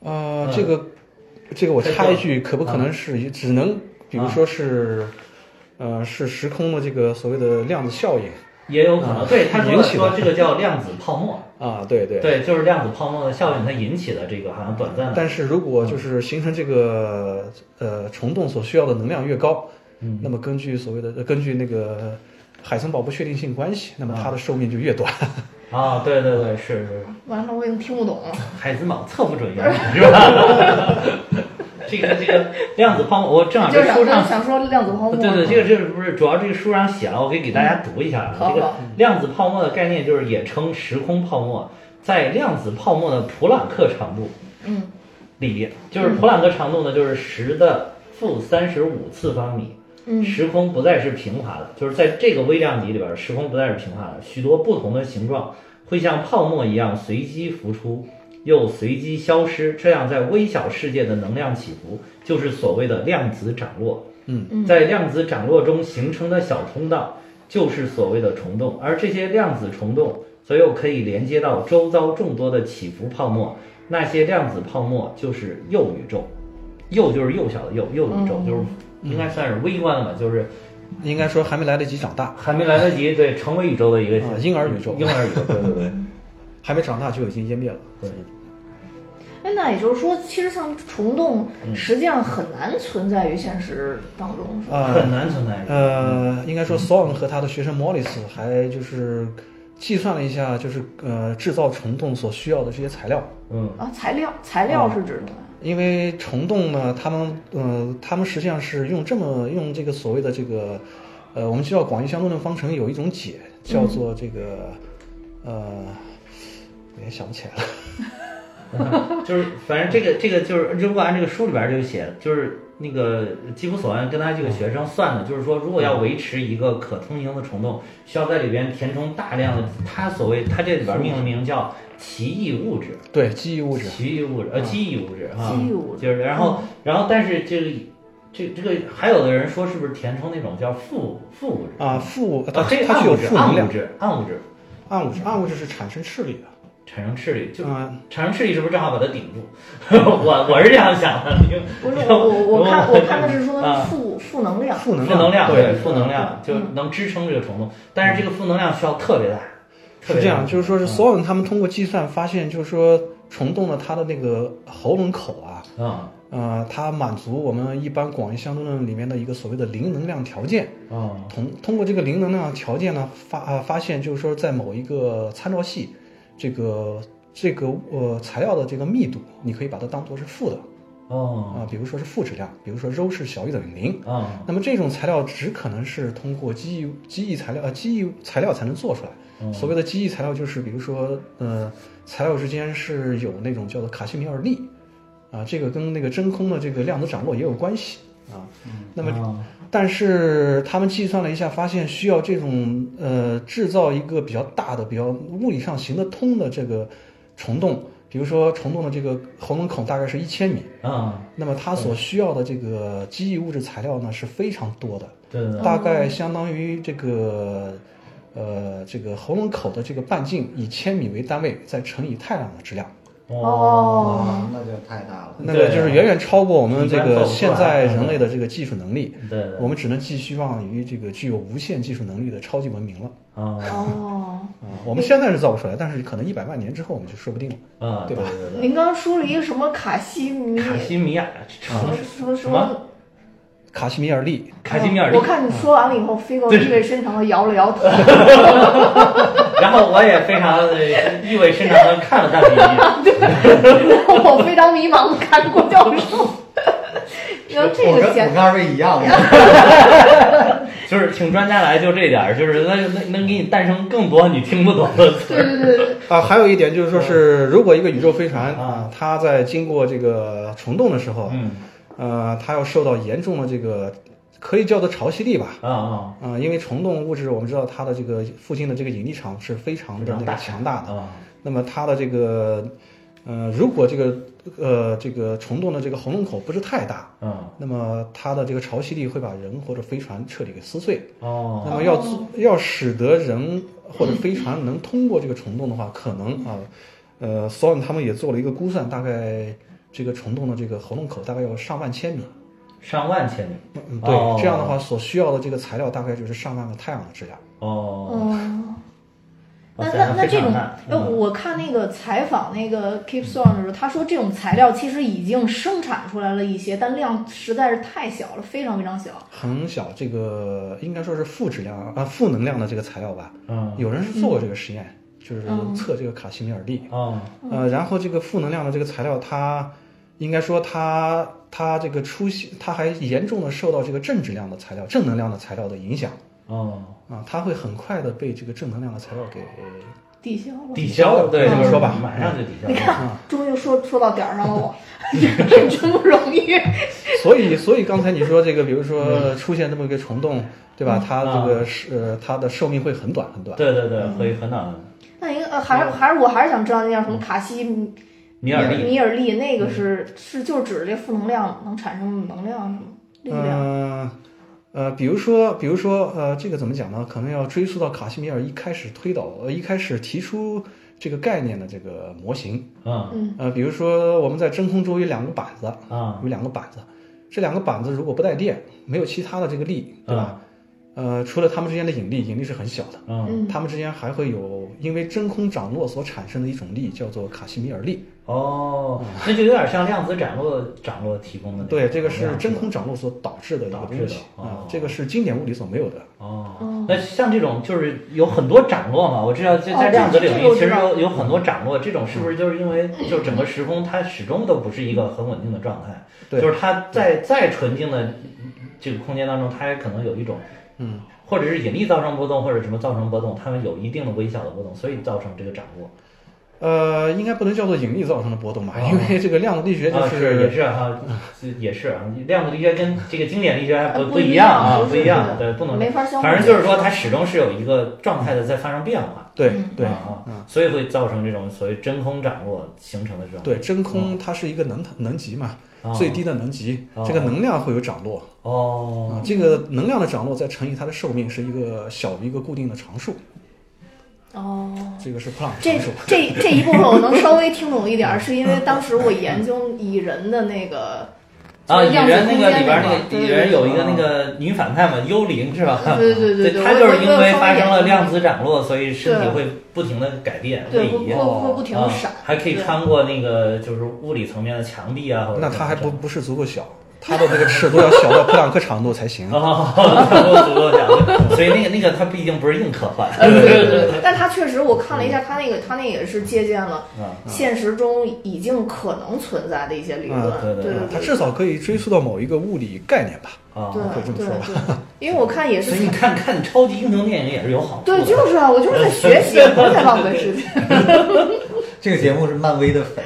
啊、
嗯
这个这个我
这个
插一句，可不可能是一只能，比如
啊
说是，呃，是时空的这个所谓的量子效应
也有可能，
啊
对他说
引起的
说这个叫量子泡沫，
啊？对对。
对，就是量子泡沫的效应，它引起的这个好像短暂的，
但是如
嗯
果就是形成这个呃虫洞所需要的能量越高，
嗯，
那么根据所谓的呃根据那个海森堡不确定性关系，那么它的寿命就越短。 (laughs)
啊，对对对，是是是，
完了，我已经听不懂了。
海森堡测不准原理
(laughs)
是吧？这个这个量子泡沫，我正好
就
这
是
书
想
上，
想说量子泡沫。
对对，这个这个不是主要这个书上写了，我可以给大家读一下啊。
好
这个
好
量子泡沫的概念就是也称时空泡沫，在量子泡沫的普朗克长度
嗯，
里，就是普朗克长度呢，就是十的负三十五次方米。
嗯
时空不再是平滑的，就是在这个微量级里边，时空不再是平滑的，许多不同的形状会像泡沫一样随机浮出，又随机消失，这样在微小世界的能量起伏，就是所谓的量子涨落。
嗯
在量子涨落中形成的小通道，就是所谓的虫洞，而这些量子虫洞则又可以连接到周遭众多的起伏泡沫，那些量子泡沫就是铀宇宙，铀就是幼小的铀，铀宇宙就是
嗯
应该算是微观的吧，就是
应该说还没来得及长大，
还没来得及对成为宇宙的一个
啊婴儿宇宙
婴儿宇宙，对对对
还没长大就已经湮灭了。 (laughs)
对，
哎，那也就是说，其实像虫洞，
嗯
实际上很难存在于现实当中，是吧？
啊、
很难存在。
呃，应该说索恩和他的学生莫里斯还就是计算了一下，就是呃制造虫洞所需要的这些材料。
嗯，
啊，材料，材
哦
料是指什么呀？
因为虫洞呢，他们呃，他们实际上是用这么用这个所谓的这个，呃，我们知道广义相对论方程有一种解叫做这个，呃，有点想不起来了。
(laughs) 就是反正这个这个就是，如果按这个书里边就写，就是那个基普索恩跟他这个学生算的，就是说如果
嗯
要维持一个可通行的虫洞，需要在里边填充大量的，他所谓他这里边命名叫奇异物质。
对，记忆物质。嗯
奇异物质，呃，记忆物质啊，
记忆物质
就是，然后，然后，但是这个，这这个，还有的人说是不是填充那种叫负负物质
啊，负它
啊，这
它
暗
具有
物质，
负
暗
能
物
量，
质，暗物质
暗物质，暗物质是产生斥力的。
产生斥力，就
啊，
产生斥力是不是正好把它顶住？ (laughs) 我我是这样想的，因为
不
(laughs)
是我我我看我看的是说
啊
负负能量，
负能
负能量，
对，嗯
负能量就能支撑这个虫洞，但是这个负能量需要特别大，特
是
别
这
大
样，就是说是所有人他们通过计算发现，就是说虫洞的它的那个喉咙口啊，
啊
呃，它满足我们一般广义相对论里面的一个所谓的零能量条件。
啊
通通过这个零能量条件呢，发啊发现就是说在某一个参照系，这个这个呃材料的这个密度，你可以把它当做是负的
哦
啊，比如说是负质量，比如说鞣是小于等于零。
啊
那么这种材料只可能是通过机翼机翼材料呃机翼材料才能做出来。所谓的机翼材料就是比如说呃材料之间是有那种叫做卡西米尔力啊，这个跟那个真空的这个量子涨落也有关系啊。那么
么
但是他们计算了一下，发现需要这种呃制造一个比较大的、比较物理上行得通的这个虫洞，比如说虫洞的这个喉咙孔大概是一千米，
啊，
那么它所需要的这个机翼物质材料呢是非常多的，
对对对
大概相当于这个呃这个喉咙口的这个半径以千米为单位，再乘以太阳的质量。
哦
哦，
那就太大了。
那个就是远远超过我们这
一般
个
做不出来
现在人类的这个技术能力，
对对
我们只能寄希望于这个具有无限技术能力的超级文明了。
啊
哦。
啊，我们现在是造不出来，但是可能一百万年之后我们就说不定了。
啊，对对对对。
您刚刚说了一个什么卡西米
卡西米亚
什么
嗯
什么什
什么
么？
卡西米尔力，
(laughs) 卡西米尔
我
力，
看你说完了以后，飞哥
对
意味深长的摇了摇头。 (laughs)
然后我也非常呃意味深长的看了大比一眼，
我非常迷茫的看郭教授。你说这
我
个
跟
显
我跟二位
(laughs)
一样的，
就是请专家来就这点儿，就是能能能给你诞生更多你听不懂的词
对
儿。
对对对，
啊，还有一点就是说是，如果一个宇宙飞船
啊
嗯啊，它在经过这个虫洞的时候，
嗯，
呃，它要受到严重的这个可以叫做潮汐力吧。
啊啊
啊、因为虫洞物质，我们知道它的这个附近的这个引力场是非常
非
的
常
那
大
个强大的，
啊！
那么它的这个，呃，如果这个呃这个虫洞的这个喉咙口不是太大，
嗯
那么它的这个潮汐力会把人或者飞船彻底给撕碎。
哦
那么要做要使得人或者飞船能通过这个虫洞的话，可能啊，呃，Son 他们也做了一个估算，大概这个虫洞的这个喉咙口大概要上万千米。
上万千米
嗯嗯，对，
哦
这样的话所需要的这个材料大概就是上万个太阳的质量。
哦，
哦，那
非
那
常
那这
非常
种，
大
呃，
嗯
我看那个采访那个 Keep Strong 的时候，他说这种材料其实已经生产出来了一些，但量实在是太小了，非常非常小。
很小，这个应该说是负质量啊、负能量的这个材料吧。
嗯
有人是做过这个实验，就是
嗯
测这个卡西米尔力。
哦
呃，然后这个负能量的这个材料，它应该说它它这个出现，它还严重的受到这个正质量的材料、正能量的材料的影响
哦，
啊，它会很快的被这个正能量的材料给
抵消了，
抵消了，对，
这么
就是
说吧
马上就抵消
你
了。
看，终于说说到点儿上了，我 (laughs) 这真不容易。
(laughs) 所以，所以刚才你说这个，比如说出现这么一个虫洞，对吧？它这个是、呃它的寿命会很短很
(laughs)
短。
对对对，可以很短。
那应该呃，
嗯
还是还是我还是想知道那叫什么卡西米
米嗯尔利
米尔利，那个是是就是指的这负能量能产生能量什么力量？
嗯呃，比如说，比如说，呃，这个怎么讲呢？可能要追溯到卡西米尔一开始推导，呃，一开始提出这个概念的这个模型。
嗯
嗯
呃，比如说我们在真空中有两个板子，
啊
有两个板子，这两个板子如果不带电，没有其他的这个力，对吧？呃，除了它们之间的引力，引力是很小的，
嗯
嗯
它们之间还会有因为真空涨落所产生的一种力，叫做卡西米尔力。
哦，那就有点像量子涨落涨落提供的那
对，这个
能
是
量
真空涨落所导致的一个
哦导致
东
的
西啊
哦，
这个是经典物理所没有的。
哦，那像这种就是有很多涨落嘛，我知道在
哦
在量子
这
领
这个
域
我
其实
知道
有有很多涨落，这种是不是就是因为就整个时空它始终都不是一个很稳定的状态，
对
就是它在再纯净的这个空间当中，它也可能有一种
嗯，
或者是引力造成波动，或者什么造成波动，它们有一定的微小的波动，所以造成这个涨落。
呃，应该不能叫做引力造成的波动吧，
哦
因为这个量子力学就
啊，是也是哈，是也是啊，量子力学跟这个经典力学还不
呃不
不
一
一样
样
啊，
不
不
是
一样，
的
对，不能
没法相互
反正就是说，它始终是有一个状态的在发生变化。
对
嗯
对
啊
嗯，
所以会造成这种所谓真空掌握形成的这种啊
对，真空它是一个能能级嘛，最低的能级，
哦
这个能量会有涨落
哦
啊，这个能量的涨落再乘以它的寿命是一个小于一个固定的常数，
哦。
这个是普朗克
这
常数。
这这一部分我能稍微听懂一点儿，是因为当时我研究蚁人的那
(laughs)
个
啊，蚁
量子
人那
空
个
间
里边那
对
个蚁
对
人有一个那个女反派嘛，幽灵是吧？
对对对对
她
我
就
我
是因
我有
为
稍微
发生
研
了
究
量子涨落，所以身体
对
会不停的改变位
对会
移
会。会不停的
啊
闪，
还可以
对
穿过那个就是物理层面的墙壁啊，或者
那
什
它
么
还
这
不
样
不是足够小，它的这个尺度要小到普朗克长度才行。
哦，足够足够强，所以那个那个它毕竟不是硬科幻，
对对对，对
(laughs)
但他确实，我看了一下，他那个他那也是借鉴了
啊
现实中已经可能存在的一些理论，
嗯
对
对
对
对
嗯它
对
至少可以追溯到某一个物理概念吧。
啊，
可以这么
对
说
对，因为我看也是
所以，你看看超级英雄电影也是有好处的，
对，就是啊，我就是在学习，不是在浪费时间。
这个节目是漫威的粉，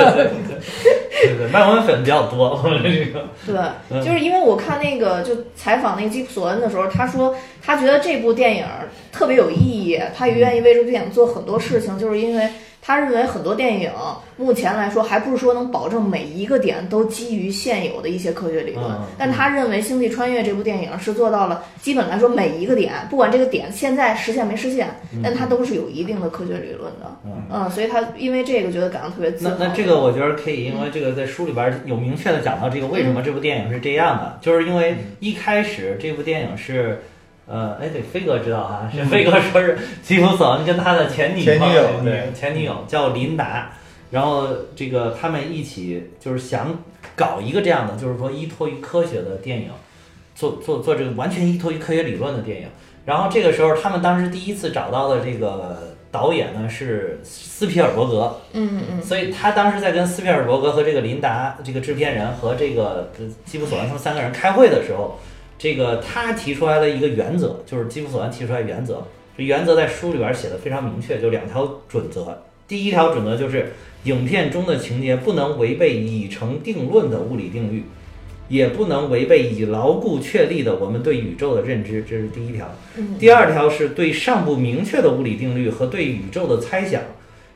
对对，卖文粉比较多，我们这个
对，就是因为我看那个就采访那个基普索恩的时候，他说他觉得这部电影特别有意义，他也愿意为这部电影做很多事情，就是因为他认为很多电影目前来说还不是说能保证每一个点都基于现有的一些科学理论
嗯嗯，
但他认为《星际穿越》这部电影是做到了基本来说每一个点，不管这个点现在实现没实现，但它都是有一定的科学理论的。
嗯
嗯，所以他因为这个觉得感到特别自
那
豪。
那这个我觉得可以，因为这个在书里边有明确的讲到这个为什么这部电影是这样的，就是因
嗯
为一开始这部电影是。呃，哎，对，飞哥知道哈、是 (laughs) 飞哥说是吉普索恩跟他的前女
嗯前女友嗯
对前女友叫琳达，然后这个他们一起就是想搞一个这样的，就是说依托于科学的电影，做做做这个完全依托于科学理论的电影。然后这个时候，他们当时第一次找到的这个导演呢是斯皮尔伯格，
嗯嗯
所以他当时在跟斯皮尔伯格和这个琳达这个制片人和这个基普索恩他们三个人开会的时候，这个他提出来了一个原则，就是基普索恩提出来原则，这原则在书里边写的非常明确，就两条准则。第一条准则就是影片中的情节不能违背已成定论的物理定律，也不能违背已牢固确立的我们对宇宙的认知，这是第一条。
嗯
第二条是对尚不明确的物理定律和对宇宙的猜想，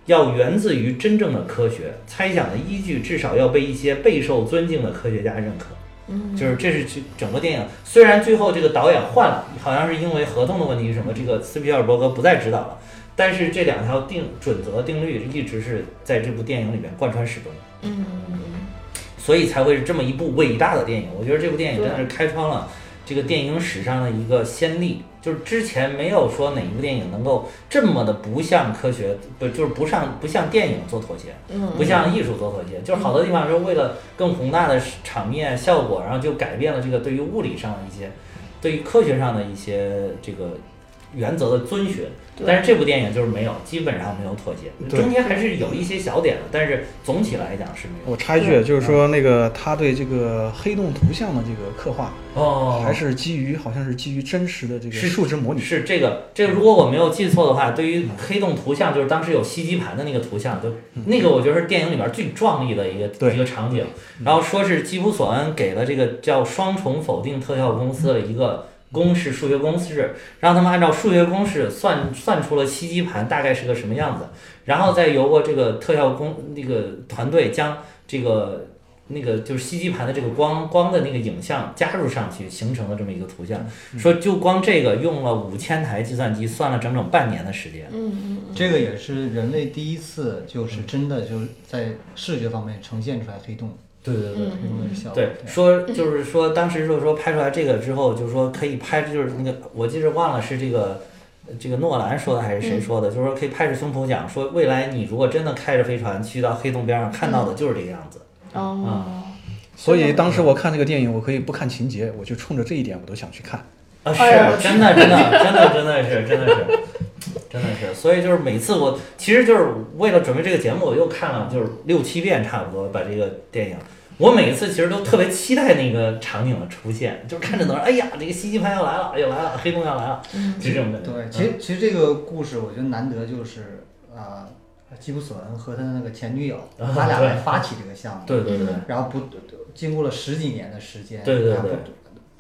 要源自于真正的科学，猜想的依据至少要被一些备受尊敬的科学家认可。
嗯，
就是这是整个电影，虽然最后这个导演换了，好像是因为合同的问题什么，这个斯皮尔伯格不再指导了，但是这两条定准则定律一直是在这部电影里面贯穿始终的，
嗯嗯
所以才会是这么一部伟大的电影。我觉得这部电影真的是开创了这个电影史上的一个先例，就是之前没有说哪一部电影能够这么的不向科学，不就是不上不向电影做妥协。
嗯，
不像艺术做妥协，就是好多地方是为了更宏大的场面效果，然后就改变了这个对于物理上的一些，对于科学上的一些这个原则的遵循。
对
但是这部电影就是没有，基本上没有妥协，
对
中间还是有一些小点的，但是总体来讲是没有。
我插一句，就
嗯
是说那个他对这个黑洞图像的这个刻画，
哦
还是基于好像是基于真实的这个
是
数值模拟。
是这个，这个如果我没有记错的话，对于黑洞图像，就是当时有吸基盘的那个图像，就那个我觉得是电影里面最壮丽的一个
对
一个场景。然后说是基普索恩给了这个叫双重否定特效公司的一个公式，数学公式，让他们按照数学公式算算出了吸基盘大概是个什么样子，然后再由过这个特效公那个团队将这个。那个就是吸基盘的这个光光的那个影像加入上去，形成了这么一个图像。说就光这个用了五千台计算机，算了整整半年的时间。
嗯嗯
这个也是人类第一次，就是真的就是在视觉方面呈现出来黑洞，
对对
嗯
黑洞的效果。
对，说就是说，当时就是说拍出来这个之后，就是说可以拍，就是那个我记着忘了是这个这个诺兰说的还是谁说的，就是说可以拍着胸脯讲，说未来你如果真的开着飞船去到黑洞边上，看到的就是这个样子。
嗯，哦，
所以当时
嗯
我看这个电影，我可以不看情节，我就冲着这一点我都想去看。
啊，是
哎呀我
真的，真的，真的，真的是，真的是，真的是。所以就是每次我，其实就是为了准备这个节目，我又看了就是六七遍差不多把这个电影。我每次其实都特别期待那个场景的出现，就是看着等着，哎呀，这个吸鸡盘要来了，要来了，黑洞要来了，
嗯
就这种感觉。
对，其实其实这个故事我觉得难得就是啊，基普索恩和他的那个前女友，
啊
他俩
对
来发起这个项目，
嗯对对对
然后不经过了十几年的时间，
对对
然后
对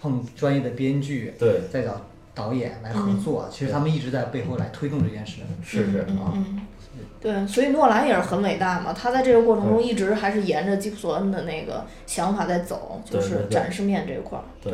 碰专业的编剧，
对，
再找导演来合作，其实他们一直在背后来推动这件事。
是是
嗯
啊，
嗯，对，所以诺兰也是很伟大嘛，他在这个过程中一直还是沿着基普索恩的那个想法在走，就
对对
是
对
展示面这一块儿，
对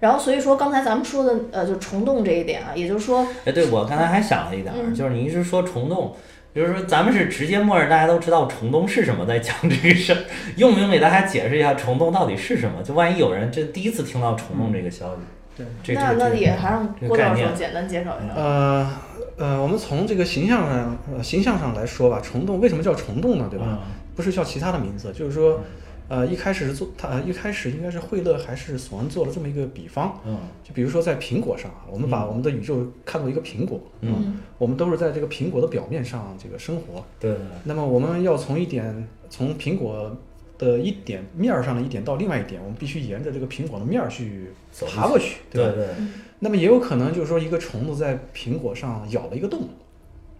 然后所以说刚才咱们说的呃，就虫洞这一点啊，也就是说，
哎，对我刚才还想了一点儿，
嗯
就是你一直说虫洞，就是说咱们是直接默认大家都知道虫洞是什么，在讲这个事儿，用不用给大家解释一下虫洞到底是什么？就万一有人这第一次听到虫洞这个消息，
对，
这
那
这
那
这
也还让
这个
郭
概
教授
念
简单介绍一下。
呃呃，我们从这个形象上、呃、形象上来说吧，虫洞为什么叫虫洞呢？对吧？
嗯
不是叫其他的名字，就是说，呃，一开始是做他、呃一开始应该是惠勒还是索恩做了这么一个比方，
嗯
就比如说在苹果上啊，我们把我们的宇宙看作一个苹果，
嗯，
我们都是在这个苹果的表面上这个生活。
对对
那么我们要从一点，从苹果的一点面儿上的一点到另外一点，我们必须沿着这个苹果的面儿去
走
爬过去，对吧？
对对，
那么也有可能就是说，一个虫子在苹果上咬了一个洞，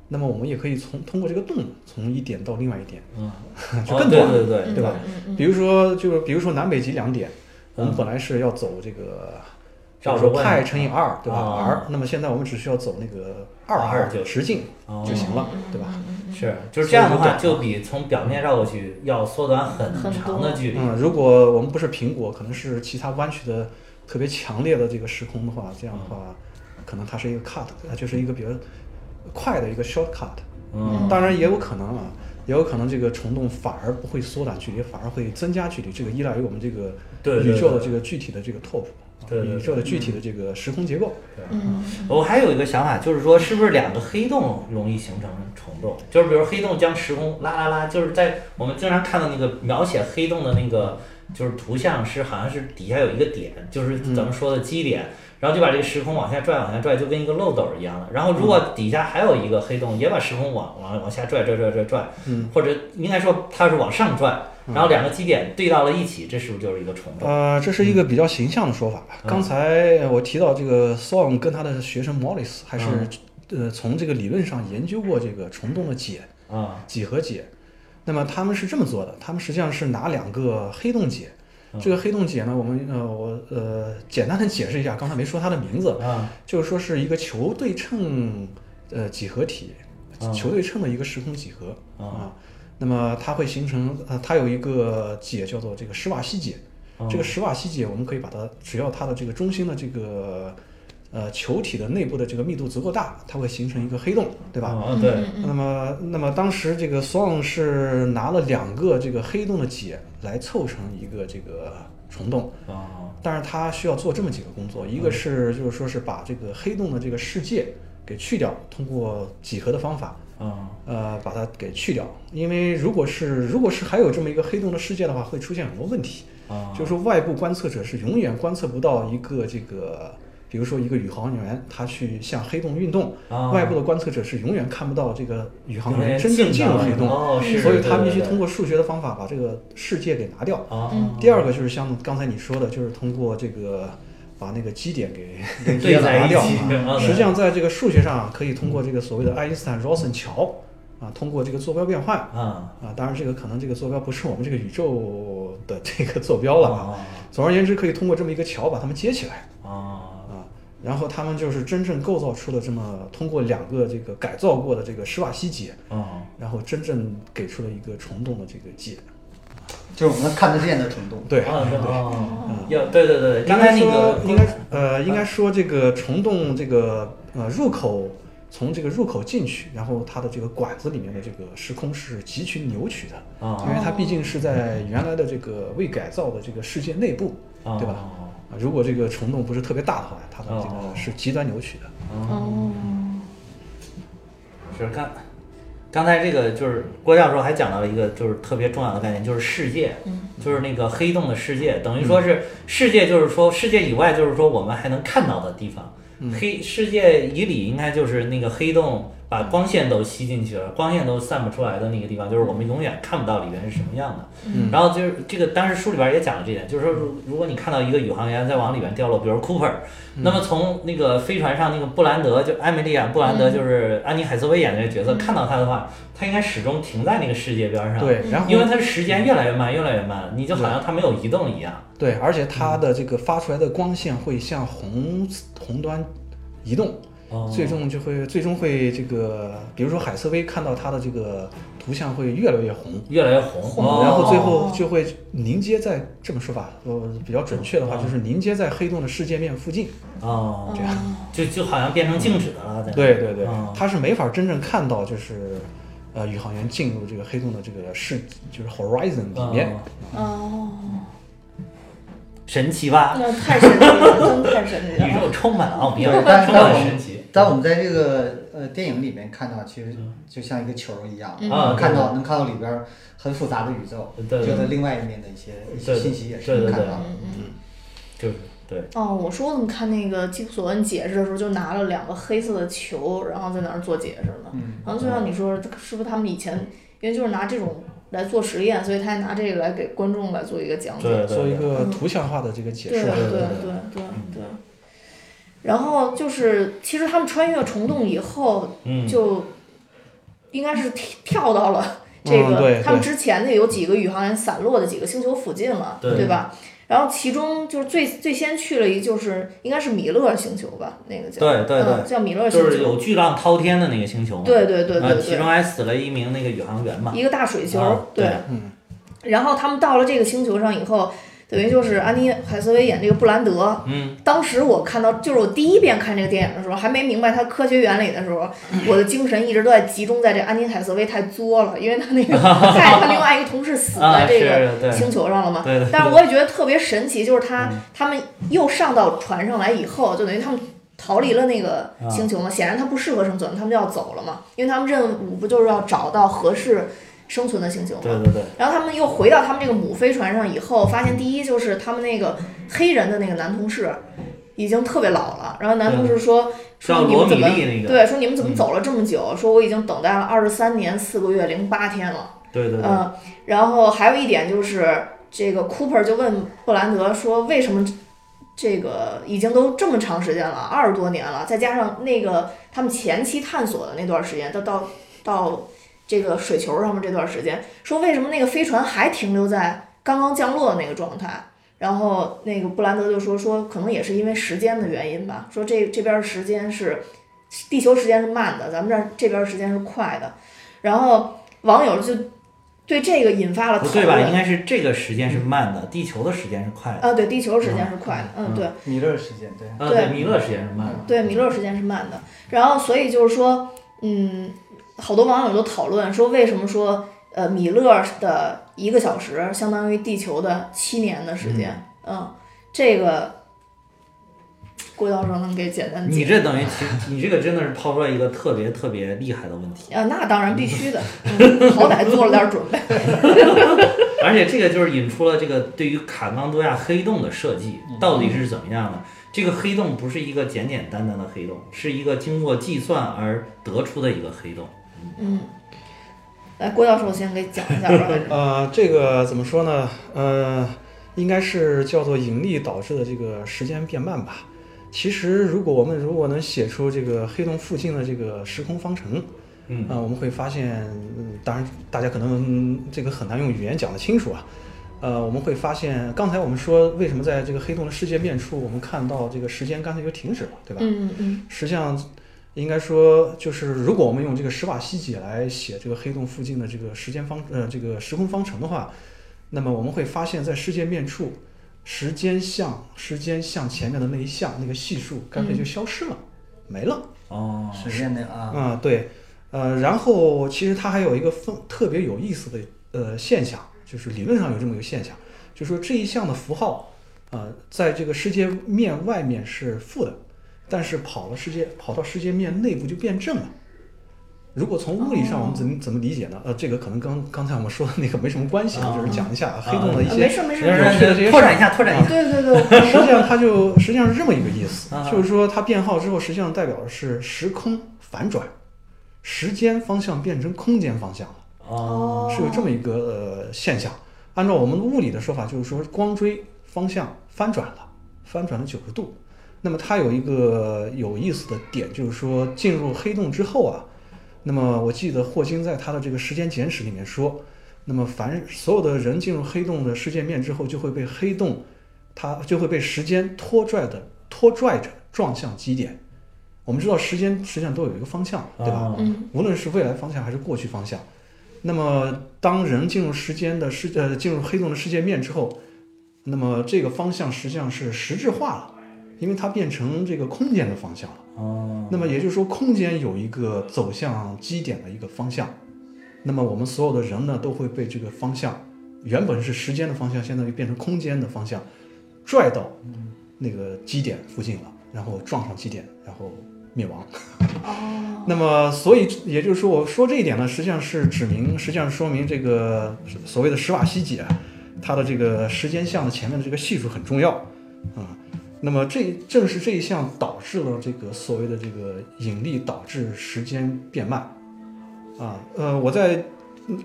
那么我们也可以从通过这个洞从一点到另外一点，
嗯，
就
哦
更
对
短了
对对
嗯
对吧？
嗯
比如说，就是比如说南北极两点，我们
嗯
本来是要走这个，
绕
就是
着
说
问
派乘以二，对吧
啊
？r，那么现在我们只需要走那个二
二
号
就
直径
哦
就行了，对吧？
嗯
是嗯就是这样的
所以
话，
就
就比从表面绕过去要缩短很
很
长
多
的距离。
嗯，如果我们不是苹果，可能是其他弯曲的特别强烈的这个时空的话，这样的
嗯
话，可能它是一个 cut，它就是一个比较快的一个 shortcut。
嗯，
当然也有可能啊，也有可能这个虫洞反而不会缩短距离，反而会增加距离。这个依赖于我们这个
对对
宇宙的
对
这个具体的这个拓扑，啊
对对对
宇宙的具体的这个时空结构。
嗯
我还有一个想法，就是说，是不是两个黑洞容易形成虫洞？就是比如黑洞将时空拉拉拉，就是在我们经常看到那个描写黑洞的那个就是图像是好像是底下有一个点，就是咱们说的基点，然后就把这个时空往下拽，往下拽，就跟一个漏斗一样的。然后如果底下还有一个黑洞，也把时空往往往下拽拽拽拽拽，
嗯
或者应该说它是往上拽，然后两个基点对到了一起，这是不是就是一个虫洞？
呃，这是一个比较形象的说法。
嗯
刚才我提到这个 s o n 跟他的学生 Morris 还是、
嗯
呃从这个理论上研究过这个虫洞的解
啊、
几何解。那么他们是这么做的，他们实际上是拿两个黑洞解，这个黑洞解呢，我们呃我呃简单的解释一下，刚才没说它的名字，
啊
就是说是一个球对称呃几何体
啊，
球对称的一个时空几何
啊
啊。那么它会形成呃，它有一个解叫做这个史瓦西解，
啊
这个史瓦西解我们可以把它，只要它的这个中心的这个呃球体的内部的这个密度足够大，它会形成一个黑洞，对吧？
啊，对，
嗯
那么，那么当时这个 Song 是拿了两个这个黑洞的解来凑成一个这个虫洞，
啊
但是它需要做这么几个工作，一个是就是说是把这个黑洞的这个世界给去掉，通过几何的方法，
啊
呃，把它给去掉。因为如果是如果是还有这么一个黑洞的世界的话，会出现很多问题，
啊，
就是说外部观测者是永远观测不到一个这个。比如说，一个宇航员他去向黑洞运动，
啊
外部的观测者是永远看不到这个宇航
有
员
点
真正进入
到
黑洞，
哦，是，
所以他
对
必须
对对
通过数学的方法把这个世界给拿掉。
啊，
第二个就是像刚才你说的，就是通过这个把那个基点给
对在
拿
一
掉。
起，啊
实际，上，在这个数学上啊可以通过这个所谓的爱因斯坦 Rosen 桥啊，通过这个坐标变换
对啊，
啊，当然这个可能这个坐标不是我们这个宇宙的这个坐标了啊。
啊
总而言之，可以通过这么一个桥把它们接起来
啊
啊，然后他们就是真正构造出了这么通过两个这个改造过的这个施瓦西解，
啊，
然后真正给出了一个虫洞的这个解。
就是我们看得见的虫洞。
对，
啊对啊，要对对对，刚才那个嗯
应该说应该呃应该说这个虫洞这个呃入口从这个入口进去，然后它的这个管子里面的这个时空是极其扭曲的，
啊
因为它毕竟是在原来的这个未改造的这个世界内部，
啊
对吧？啊如果这个虫洞不是特别大的话，它的这
哦
个是极端扭曲的。
哦，
是刚刚才这个就是郭教授还讲到一个就是特别重要的概念，就是世界，就是那个黑洞的世界，等于说是世界，就是说世界以外，就是说我们还能看到的地方。黑世界以里应该就是那个黑洞把光线都吸进去了，光线都散不出来的那个地方，就是我们永远看不到里面是什么样的。
嗯
然后就是这个，当时书里边也讲了这点，就是说，如如果你看到一个宇航员在往里边掉落，比如 Cooper，那
嗯
么从那个飞船上那个布兰德，就艾米莉亚·布兰
嗯
德，就是安妮海瑟薇演的这个角色，看到他的话，他应该始终停在那个世界边上，，
对，然后
因为他的时间越来越慢，越来越慢，你就好像他没有移动一样，
对，而且它的这个发出来的光线会向红红端移动，
哦
最终就会最终会这个，比如说海瑟薇看到它的这个图像会越来越红，
越来越红，哦
然后最后就会凝结在这么说吧，呃，比较准确的话就是凝结在黑洞的世界面附近。
哦，这样就就好像变成静止的了，在那
嗯对对对
哦，
它是没法真正看到就是。呃，宇航员进入这个黑洞的这个世，就是 horizon 里面，
哦
哦，
神奇吧？
那太神奇了，真太神奇
宇
了。
宙充满了奥秘，啊
对但是
充
但
满了
我们
神奇。嗯
但我们在这个呃电影里面看到，其实就像一个球一样，
嗯
啊
能看
对
到能看到里边儿很复杂的宇宙，
对对
就在另外一面的一些一些
对
信息也是
对
能
对
看
对
到的。
嗯
就是对，
哦，我说怎么看那个基普索恩解释的时候，就拿了两个黑色的球，然后在那儿做解释呢。
嗯
然后就像你说，这个是不是他们以前因为就是拿这种来做实验，所以他还拿这个来给观众来做一个讲解
对。对
做一
对。
个图像化的这个解
对
释。
对对对对。然后就是，其实他们穿越虫洞以后，
嗯
就应该是跳跳到了这个、
嗯对
他们
对
之前的有几个宇航员散落的几个星球附近了，
对
吧？然后其中就是最最先去了一就是应该是米勒星球吧，那个叫
对对对
嗯、叫米勒星
就是
球，
有巨浪滔天的那个星球嘛，
对对对
呃
对
其
对
中，还死了一名那个宇航员嘛，
一个大水球，
啊对
嗯
然后他们到了这个星球上以后，等于就是安妮海瑟薇演这个布兰德，
嗯，
当时我看到，就是我第一遍看这个电影的时候，还没明白它科学原理的时
(clears throat)
候，我的精神一直都在集中在这安妮海瑟薇太作了，因为她那
(laughs)
个在她另外一个同事死
啊
在这个
是，对，
星球上了嘛。
(laughs) 对对
但是我也觉得特别神奇，就是他
嗯
他们又上到船上来以后，就等于他们逃离了那个
啊
星球嘛，显然它不适合生存，他们就要走了嘛，因为他们任务不就是要找到合适生存的星球嘛。
对对对，
然后他们又回到他们这个母飞船上以后，发现第一就是他们那个黑人的那个男同事已经特别老了。然后男同事说
叫
说你们
嗯罗
怎
米
么
利那个，嗯
对说你们怎么走了这么久？说我已经等待了二十三年四个月零八天了。
对对对，
嗯，然后还有一点就是这个 Cooper 就问布兰德说为什么这。这个已经都这么长时间了，二十多年了，再加上那个他们前期探索的那段时间，到到到这个水球上面这段时间，说为什么那个飞船还停留在刚刚降落的那个状态？然后那个布兰德就说说，可能也是因为时间的原因吧，说这这边儿时间是地球时间是慢的，咱们这儿这边儿时间是快的。然后网友就对这个引发了
不
讨
对吧？应
论。
该是这个时间是慢的，地球的时间是快的。
啊，对，地球时间是快的，嗯，对。
弥勒时间对，
呃，
对
对，弥勒时间是慢的。
对，弥勒时间是慢的。然后，所以就是说，嗯，好多网友都讨论说，为什么说呃米勒的一个小时相当于地球的七年的时间？嗯，这个郭教授能给简单嗯
你
解？
这等于其实你这个真的是抛出来一个特别特别厉害的问题，
啊，那当然必须的，嗯好歹做了点准备。
而且这个就是引出了这个对于卡冈多亚黑洞的设计到底是怎么样的。这个黑洞不是一个简简单单的黑洞，是一个经过计算而得出的一个黑洞。
嗯，来，郭教授先给讲一下吧。
呃，这个怎么说呢？呃，应该是叫做引力导致的这个时间变慢吧。其实，如果我们如果能写出这个黑洞附近的这个时空方程，
嗯
啊、我们会发现，嗯，当然大家可能、嗯这个很难用语言讲得清楚啊。呃，我们会发现，刚才我们说为什么在这个黑洞的世界面处，我们看到这个时间干脆就停止了，对吧？
嗯
(laughs)
嗯
实际上，应该说就是，如果我们用这个史瓦西解来写这个黑洞附近的这个时间方呃这个时空方程的话，那么我们会发现，在世界面处，时间向时间向前面的那一项那个系数干脆就消失了，没了。
哦，
时间的啊，
啊、对，呃，然后其实它还有一个分特别有意思的呃现象，就是理论上有这么一个现象，就说这一项的符号，呃，在这个世界面外面是负的，但是跑了世界跑到世界面内部就变正了。如果从物理上我们
哦
怎么怎么理解呢？呃，这个可能跟刚才我们说的那个没什么关系，
哦
啊，就是讲一下黑洞的一
啊
些
没事没事
有
让
趣的这些
拓
事
展
儿
一下，拓展一下。
对对对，
(laughs) 实际上它就实际上是这么一个意思
啊，
就是说它变号之后，实际上代表的是时空反转，时间方向变成空间方向了，
哦，
是有这么一个呃现象。按照我们物理的说法，就是说光锥方向翻转了，翻转了九十度。那么它有一个有意思的点，就是说进入黑洞之后啊，那么我记得霍金在他的这个《时间简史》里面说，那么凡所有的人进入黑洞的世界面之后，就会被黑洞，它就会被时间拖拽的拖拽着撞向极点。我们知道时间实际上都有一个方向，对吧？
哦
嗯
无论是未来方向还是过去方向。那么，当人进入时间的世呃进入黑洞的世界面之后，那么这个方向实际上是实质化了，因为它变成这个空间的方向了。
哦，
那么也就是说，空间有一个走向基点的一个方向。那么我们所有的人呢，都会被这个方向，原本是时间的方向，现在就变成空间的方向，拽到那个基点附近了，然后撞上基点，然后灭亡。
哦，
那么，所以也就是说，我说这一点呢，实际上是指明，实际上是说明这个所谓的史瓦西解，它的这个时间项的前面的这个系数很重要啊、那么这正是这一项导致了这个所谓的这个引力导致时间变慢啊。呃，我再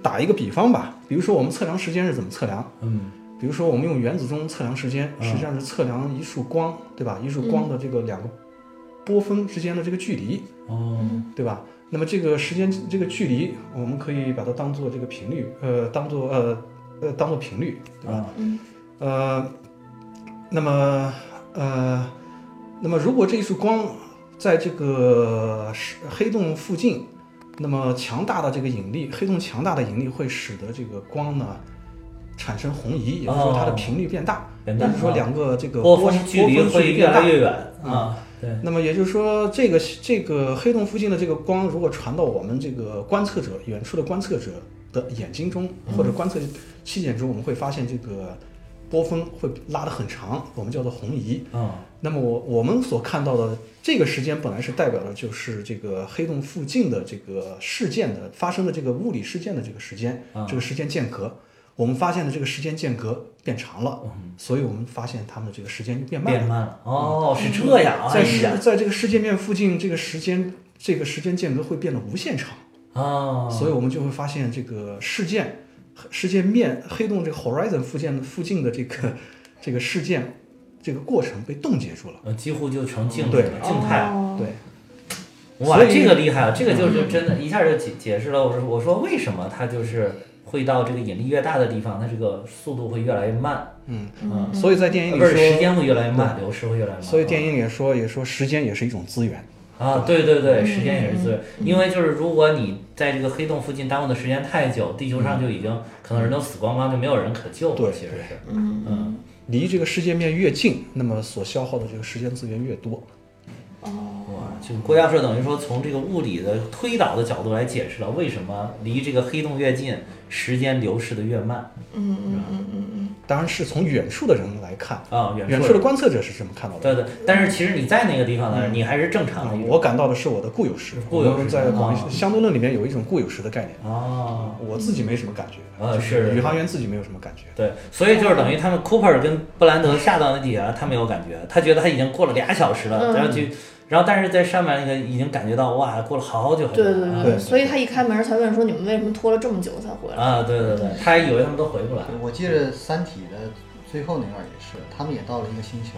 打一个比方吧，比如说我们测量时间是怎么测量？
嗯，
比如说我们用原子钟测量时间，
嗯
实际上是测量一束光，对吧？一束光的这个两个波峰之间的这个距离。
哦，
对吧？那么这个时间这个距离，我们可以把它当做这个频率，呃，当做呃呃当做频率，对吧？
啊，
嗯
呃，那么呃，那么如果这一束光在这个是黑洞附近，那么强大的这个引力，黑洞强大的引力会使得这个光呢产生红移，也就是说它的
哦
频率变大，
变
也
大啊
就是说两个这个
波
波
峰距离
波峰
会越
变大
来越远
嗯
啊，对，
那么也就是说，这个这个黑洞附近的这个光，如果传到我们这个观测者远处的观测者的眼睛中，或者观测器件中，我们会发现这个波峰会拉得很长，我们叫做红移。
嗯，
那么我我们所看到的这个时间本来是代表的就是这个黑洞附近的这个事件的发生的这个物理事件的这个时间
啊，
这个时间间隔。我们发现的这个时间间隔变长了，所以我们发现它们的这个时间就变慢了嗯
变。慢了，哦，是这样啊，
在
哎
世
呀
在这个世界面附近，这个时间这个时间间隔会变得无限长，
哦，
所以我们就会发现这个事件世界面黑洞这个 horizon 附近附近的这个这个事件这个过程被冻结住了。
呃，几乎就成静止
对
了，静态了。
哦
对，
哇，
所以嗯
这个厉害啊！这个就是真的，一下就解解释了。我说我说为什么它就是会到这个引力越大的地方，它这个速度会越来越慢。
嗯，
嗯，
所以在电影里
不是时
说，
间会越来越慢，流失会越来越慢。
所以电
影
影里说也说时间也是一种资源。
啊，对对
嗯
对，时间也是资源，因为就是如果你在这个黑洞附近耽误的时间太久，地球上就已经可能人都死光光，就没有人可救
对
了。其实是，嗯
离这个世界面越近，那么所消耗的这个时间资源越多。
哇，就郭家社等于说从这个物理的推导的角度来解释了为什么离这个黑洞越近，时间流逝的越慢
嗯嗯嗯嗯嗯，
当然是从远处的人来看，
啊，
远
远
处
处
的。观测者是这么看到的。
对对，但是其实你在那个地方呢，你还是正常
啊
的一，种。
我感到的是我的固有时。
固有时
我们在广义
啊
相对论里面有一种固有时的概念，啊
哦，
我自己没什么感觉。
啊
就是宇航员自己没有什么感觉。
对，所以就是等于他们 Cooper 跟布兰德下到那底下，他没有感觉，他觉得他已经过了俩小时了，
嗯
然后就，然后但是在上面那个已经感觉到哇，过了好久好久。
对对
啊
对，所以他一开门才问说你们为什么拖了这么久才回来？
啊，对对对，他还以为他们都回不来。
我记得《三体》的最后那段也是，他们也到了一个星球，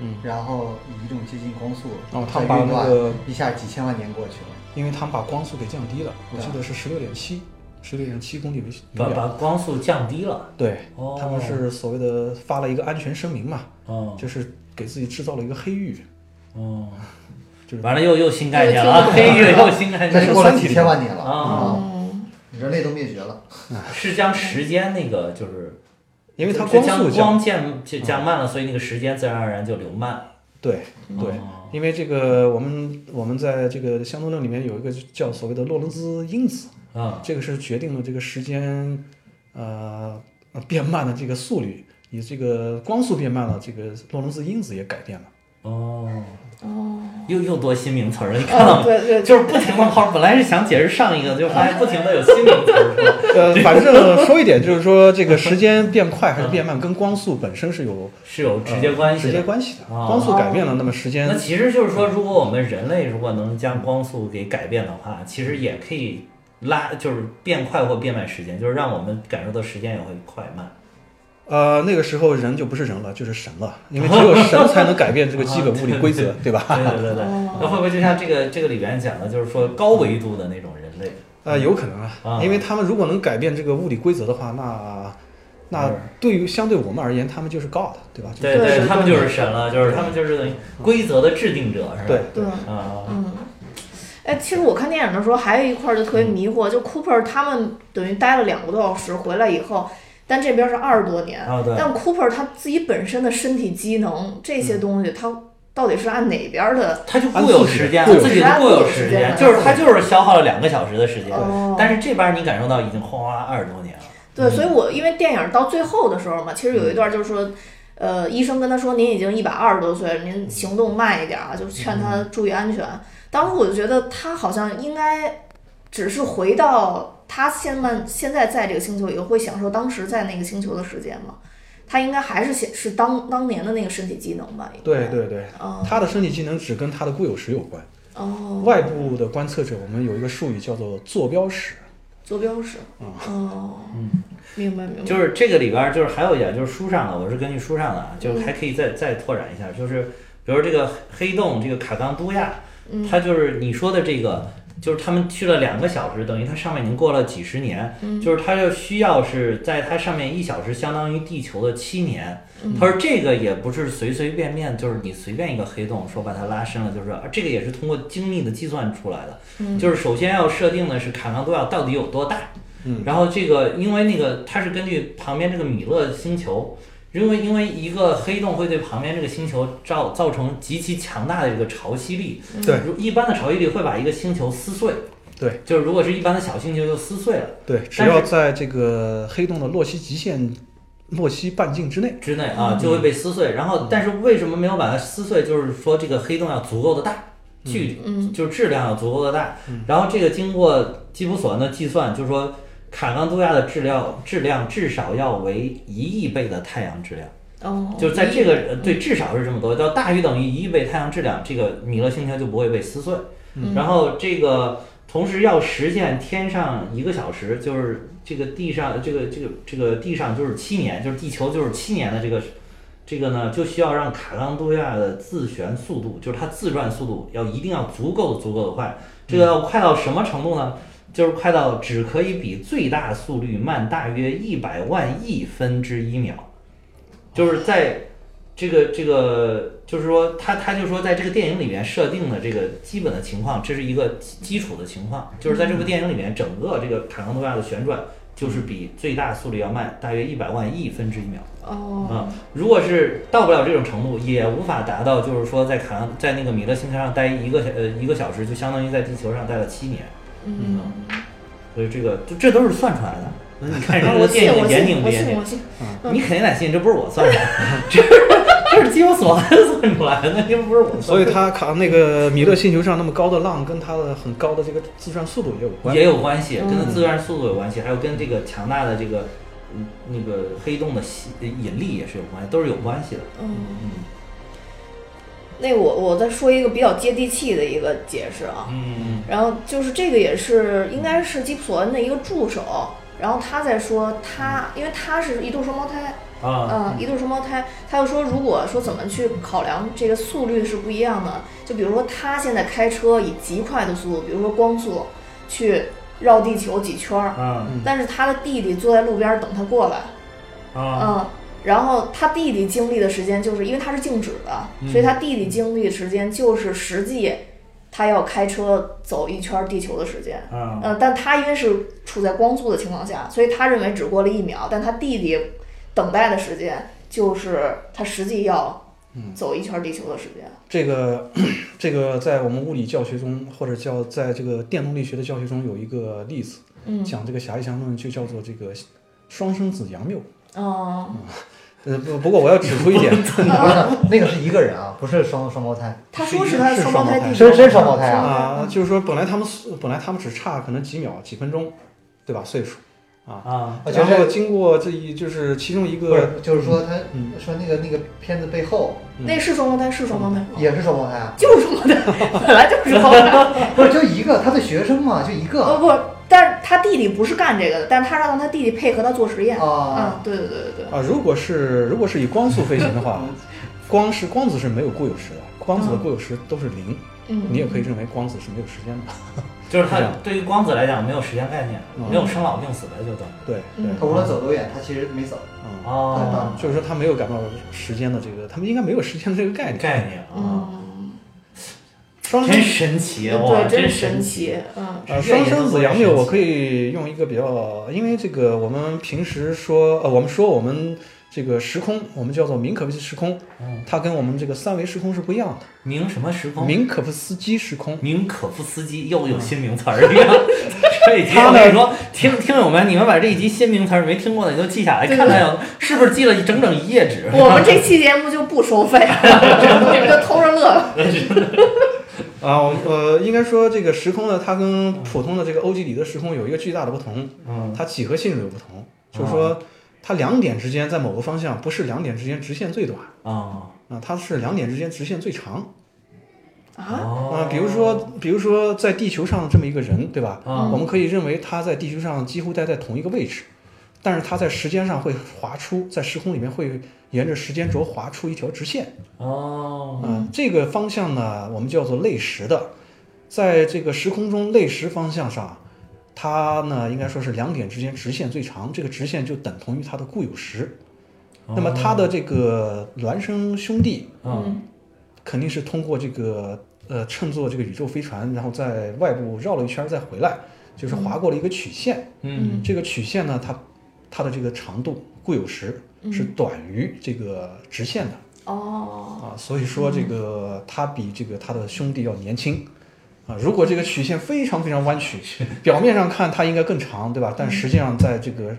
嗯，
然后以一种接近光速
哦他
在
把
运
那
转
个
一下几千万年过去了，
因为他们把光速给降低了，我
对
记得是十六点七，十六点七公里每
把
每秒。
把光速降低了，
对，
哦
他们是所谓的发了一个安全声明嘛，
哦
就是给自己制造了一个黑域。
哦
就是，
完了又又新概念了，啊，黑月又新概
这
但
是
念，
是过了
三体嗯
几
里
千万年了
啊，
人类都灭绝
(laughs)
了。
是将时间那个就是，
因为它
就
光
将
速降，
光降就降慢了，所以那个时间自然而然就流慢。
对对，
哦
因为这个我们我们在这个相对论里面有一个叫所谓的洛伦兹因子，
啊
这个是决定了这个时间呃呃变慢的这个速率，你这个光速变慢了，这个洛伦兹因子也改变了。
哦，
哦，
又又多新名词儿了，你看到
啊 (laughs)
吗？
对对，
就是不停的抛，本来是想解释上一个，就发现不停的有新名词儿出来。
呃，反正说一点就是说，这个时间变快还是变慢，跟光速本身是有呃
是有直接关
嗯直
系
接
的。
关系的。
哦
光速改变了，那么时
那
间
其实就是说，如果我们人类如果能将光速给改变的话，其实也可以拉，就是变快或变慢时间，就是让我们感受到时间也会快慢。
呃，那个时候人就不是人了，就是神了，因为只有神才能改变这个基本物理规则，对吧？
哦对对对对，那会不会就像这个这个里边讲的，就是说高维度的那种人类？
呃，有可能
啊
啊，因为他们如果能改变这个物理规则的话，那那
是
对于相对我们而言，他们就是 God，对吧？
嗯对
对
他们就是神了，就是他们就是等于规则的制定者，是吧？
对
对。
啊，
嗯，哎，其实我看电影的时候还有一块儿就特别迷惑，就 Cooper 他们等于待了两个多小时回来以后，但这边是二十多年，
啊对
但 Cooper 他自己本身的身体机能这些东西，他到底是按哪边儿的？
他就固有时间，
按自己的
自己的固有时间，
固
就
有时间
是他就是消耗了两个小时的时间
哦，
但是这边你感受到已经花花二十多年了。
对，所以我因为电影到最后的时候嘛，其实
嗯
有一段就是说。呃，医生跟他说：“您已经一百二十多岁了，您行动慢一点啊，就劝他
嗯
注意安全。当时我就觉得他好像应该只是回到他现在现在在这个星球以后，会享受当时在那个星球的时间嘛？他应该还是显是当当年的那个身体机能吧？应
对
该。
对对，
哦
他的身体机能只跟他的固有时有关。
哦，
外部的观测者，我们有一个术语叫做坐标史。
坐标是哦，明白明白。
嗯就是这个里边儿，就是还有一点，就是书上的，我是根据书上的啊，
嗯
就是还可以再再拓展一下，就是比如这个黑洞，这个卡冈都亚，
嗯
它就是你说的这个，就是他们去了两个小时，等于它上面已经过了几十年，
嗯
就是它就需要是在它上面一小时相当于地球的七年。
嗯
他说这个也不是随随便便，就是你随便一个黑洞说把它拉伸了，就是啊这个也是通过精密的计算出来的，
嗯
就是首先要设定的是卡冈都亚到底有多大。然后这个因为那个它是根据旁边这个米勒星球，因为因为一个黑洞会对旁边这个星球造造成极其强大的这个潮汐力，
对
如一般的潮汐力会把一个星球撕碎，
对
就是如果是一般的小星球就撕碎了
对，只
但是
要在这个黑洞的洛希极限、洛希半径之内，
之内啊就会被撕碎。然后但是为什么没有把它撕碎？就是说这个黑洞要足够的大。距离、就是质量要足够的大，然后这个经过基普索恩的计算，就是说卡冈都亚的质量质量至少要为一亿倍的太阳质量。
哦，
就是在这个呃对，至少是这么多，要大于等于一亿倍太阳质量，这个米勒星球就不会被撕碎。然后这个同时要实现天上一个小时，就是这个地上这个这个这个地上就是七年，就是地球就是七年的这个这个呢，就需要让卡冈多亚的自旋速度，就是它自转速度要一定要足够足够的快。这个要快到什么程度呢？就是快到只可以比最大速率慢大约一百万亿分之一秒。就是在这个这个，就是说他他就说在这个电影里面设定的这个基本的情况，这是一个基基础的情况，就是在这部电影里面，整个这个卡康诺亚的旋转就是比最大速率要慢大约一百万亿分之一秒。
哦，
啊，如果是到不了这种程度，也无法达到，就是说在卡昂在那个米勒星球上待一个小呃一个小时，就相当于在地球上待了七年。
嗯，
所以这个就这都是算出来的。你 (laughs) 看人
啊
家
我
的电
信，
影
我信，我
严谨不严
信，
谨
我？信，
你肯定得信，这不是我算的，这是这是基友索汉算出来的，又不是我
所
算
以
的。
它卡那个米勒星球上那么高的浪，跟它的很高的这个自转速度也有关。
也有关系，跟它自转速度有关系，还有跟这个强大的这个嗯那个黑洞的吸呃引力也是有关系，都是有关系的。
嗯。
嗯
那我我再说一个比较接地气的一个解释啊，
嗯
然后就是这个也是应该是基普索恩的一个助手，然后他在说他，因为他是一对双胞胎，
嗯啊
嗯，一对双胞胎，他又说，如果说怎么去考量这个速率是不一样的，就比如说他现在开车以极快的速度，比如说光速，去绕地球几圈儿，
啊
嗯
但是他的弟弟坐在路边儿等他过来，
啊！
嗯，然后他弟弟经历的时间，就是因为他是静止的，所以他弟弟经历的时间就是实际他要开车走一圈地球的时间。
啊
呃，但他因为是处在光速的情况下，所以他认为只过了一秒，但他弟弟等待的时间就是他实际要走一圈地球的时间。
这个 (coughs) 这个在我们物理教学中，或者叫在这个电动力学的教学中有一个例子，
嗯
讲这个狭义相对论就叫做这个双生子杨谬。
嗯，
呃，不不过我要指出一点，
那个是一个人啊，不是双双胞胎，
他说是他的
是
双胞
双
胎嗯
胞
弟弟，
胎
真真双胞胎
啊，就是说本来他们本来他们只差可能几秒、几分钟，对吧？岁数。
啊
我觉
然后
得
经过这一就是其中一
不
个，
是，就是说他
嗯哦
说那个那个片子背后
那是双胞胎，是双胞胎，
也是双胞胎啊，
就是双胞胎， (laughs) 本来就是双胞胎。
不是就一个他的学生嘛，就一
呃
个
不，但是他弟弟不是干这个的，但是他让他弟弟配合他做实验。
哦
啊，
嗯，对对对对对。
啊，如果是如果是以光速飞行的
嗯
话，光是光子是没有固有时的，光子的固有时都是零，
嗯，
你也可以认为光子是没有时间的。
就是它
是这样
对于光子来讲没有时间概念，
嗯
没有生老病死的就等。
对对
嗯，
他无论走多远，他其实没走，
嗯，
哦，
就是说他没有感到时间的这个，他们应该没有时间的这个概念。
概念啊，
嗯，
双生
真神奇哇，
对，真
神
神。奇。嗯
呃，
越
双
研究
生子
越
杨
神
柳，
奇
我可以用一个比较，因为这个我们平时说，呃，我们说我们这个时空，我们叫做明可夫斯基时空，
嗯
它跟我们这个三维时空是不一样的。
明什么时空？
明可夫斯基时空，
明可夫斯基又有新名词儿了。这一集
嗯他
我
呢
跟你说，听听友们，你们把这一集新名词儿没听过的，你都记下来，
对
看看
嗯
有是不是记了整整一页纸。
我们这期节目就不收费了， (laughs) 你们就偷着乐。
啊，我们呃，应该说这个时空呢，它跟普通的这个欧几里得时空有一个巨大的不同，
嗯
它几何性质有不同，就是
哦
说它两点之间在某个方向不是两点之间直线最短，
啊
啊，它是两点之间直线最长
啊，
哦
啊。比如说，比如说在地球上这么一个人，对吧？
啊
我们可以认为他在地球上几乎待在同一个位置，但是他在时间上会划出，在时空里面会沿着时间轴划出一条直线。
哦
嗯、这个方向呢，我们叫做类时的，在这个时空中类时方向上，它呢应该说是两点之间直线最长，这个直线就等同于它的固有时。
哦
那么它的这个孪生兄弟
嗯
肯定是通过这个呃乘坐这个宇宙飞船，然后在外部绕了一圈儿再回来，就是划过了一个曲线。
嗯
这个曲线呢，它它的这个长度固有时是短于这个直线的、
哦，
啊，所以说这个它比这个它的兄弟要年轻啊。如果这个曲线非常非常弯曲，表面上看它应该更长，对吧？但实际上在这个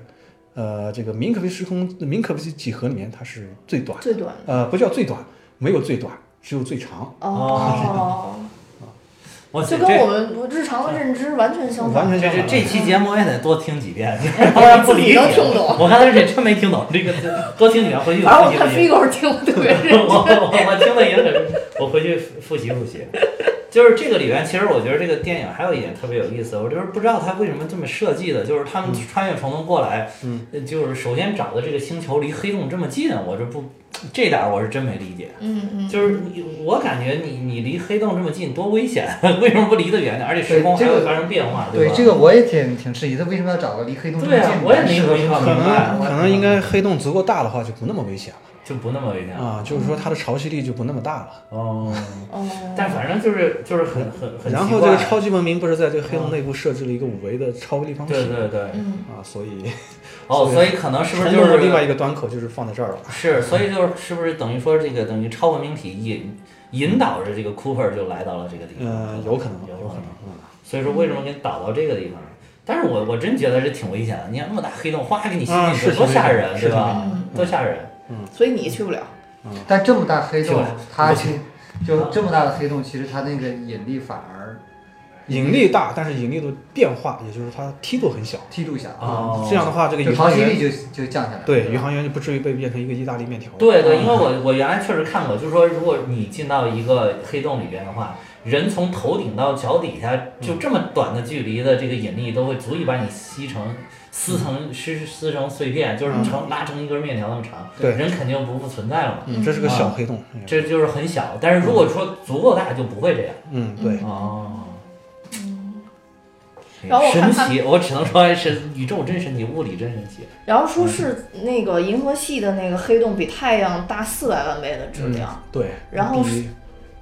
呃这个明可夫时空明可夫斯基几何里面，它是最短，
最短的
呃不叫最短，没有最短，只有最长，
哦，
哦哇塞，
就
这
跟我们日常的认知完全相
完
反。
全
这
相
这
反。
这期节目我也得多听几
(laughs)
遍，不然不
自
理
己
解
能。听懂
我刚才这真没听懂，这个多听几遍回去
反正
我
我
自己
看
理解。
飞狗听的特别认
我
真。
我我听的也很，我回去复习复习。就是这个里面，其实我觉得这个电影还有一点特别有意思，我就是不知道它为什么这么设计的，就是他们穿越虫洞过来，
嗯
呃，就是首先找的这个星球离黑洞这么近，我这不这点儿我是真没理解。
嗯嗯，
就是你，我感觉你你离黑洞这么近多危险， (laughs) 为什么不离得远点儿？而且时空还
对这
会
个
发生变化，
对
吧？
这个我也挺挺质疑，他为什么要找个离黑洞这么
对啊
近？
我也没
适合
没
生
搞
可
明白
能可能应该黑洞足够大的话就不那么危险了。
就不那么危险了。
啊，就是说它的潮汐力就不那么大了。
哦，
哦，
但反正就是就是很很很奇怪。
然后这个超级文明不是在这个黑洞内部设置了一个五维的超微立方
对
体
对对，
嗯，
啊，所以
哦，所以可能是不是就
传
是
送的另外一个端口就是放在这儿了？
是，所以就是是不是等于说这个等于超文明体引引导着这个 Cooper 就来到了这个地方？
嗯，有可能，
有
有可能。嗯
所以说为什么给你导到这个地方？但是我我真觉得这挺危险的，你看那么大黑洞，哗给你吸
啊
进
是
去，多
挺
吓
危险
人，
是
对
挺
吧？多吓人！
嗯所以你去不了。
但这么大黑
就
洞，它
我
其就这么大的黑洞，其实它那个引力反而
引力大，但是引力的变化，也就是它梯度很小。
梯度小，
哦
这样的话，这个
就
宇
潮
航
汐
员
力就就降下来了。
对宇航员就不至于被变成一个意大利面条。
对对，因
哦
为我我原来确实看过，就是说如果你进到一个黑洞里边的话，人从头顶到脚底下就
嗯
这么短的距离的这个引力都会足以把你吸成撕
嗯
成撕撕成碎片，就是成拉成一根面条那么长，
对
人肯定不复存在了嘛。
嗯，这是个小黑洞。
这就是很小，但是如果说足够大就不会这样。
嗯，对，
哦。
嗯然后我
神
看
奇，我只能说是宇宙真神奇，物理真神奇。
然后说是那个银河系的那个黑洞比太阳大四百万倍的质量，
对。
然后
比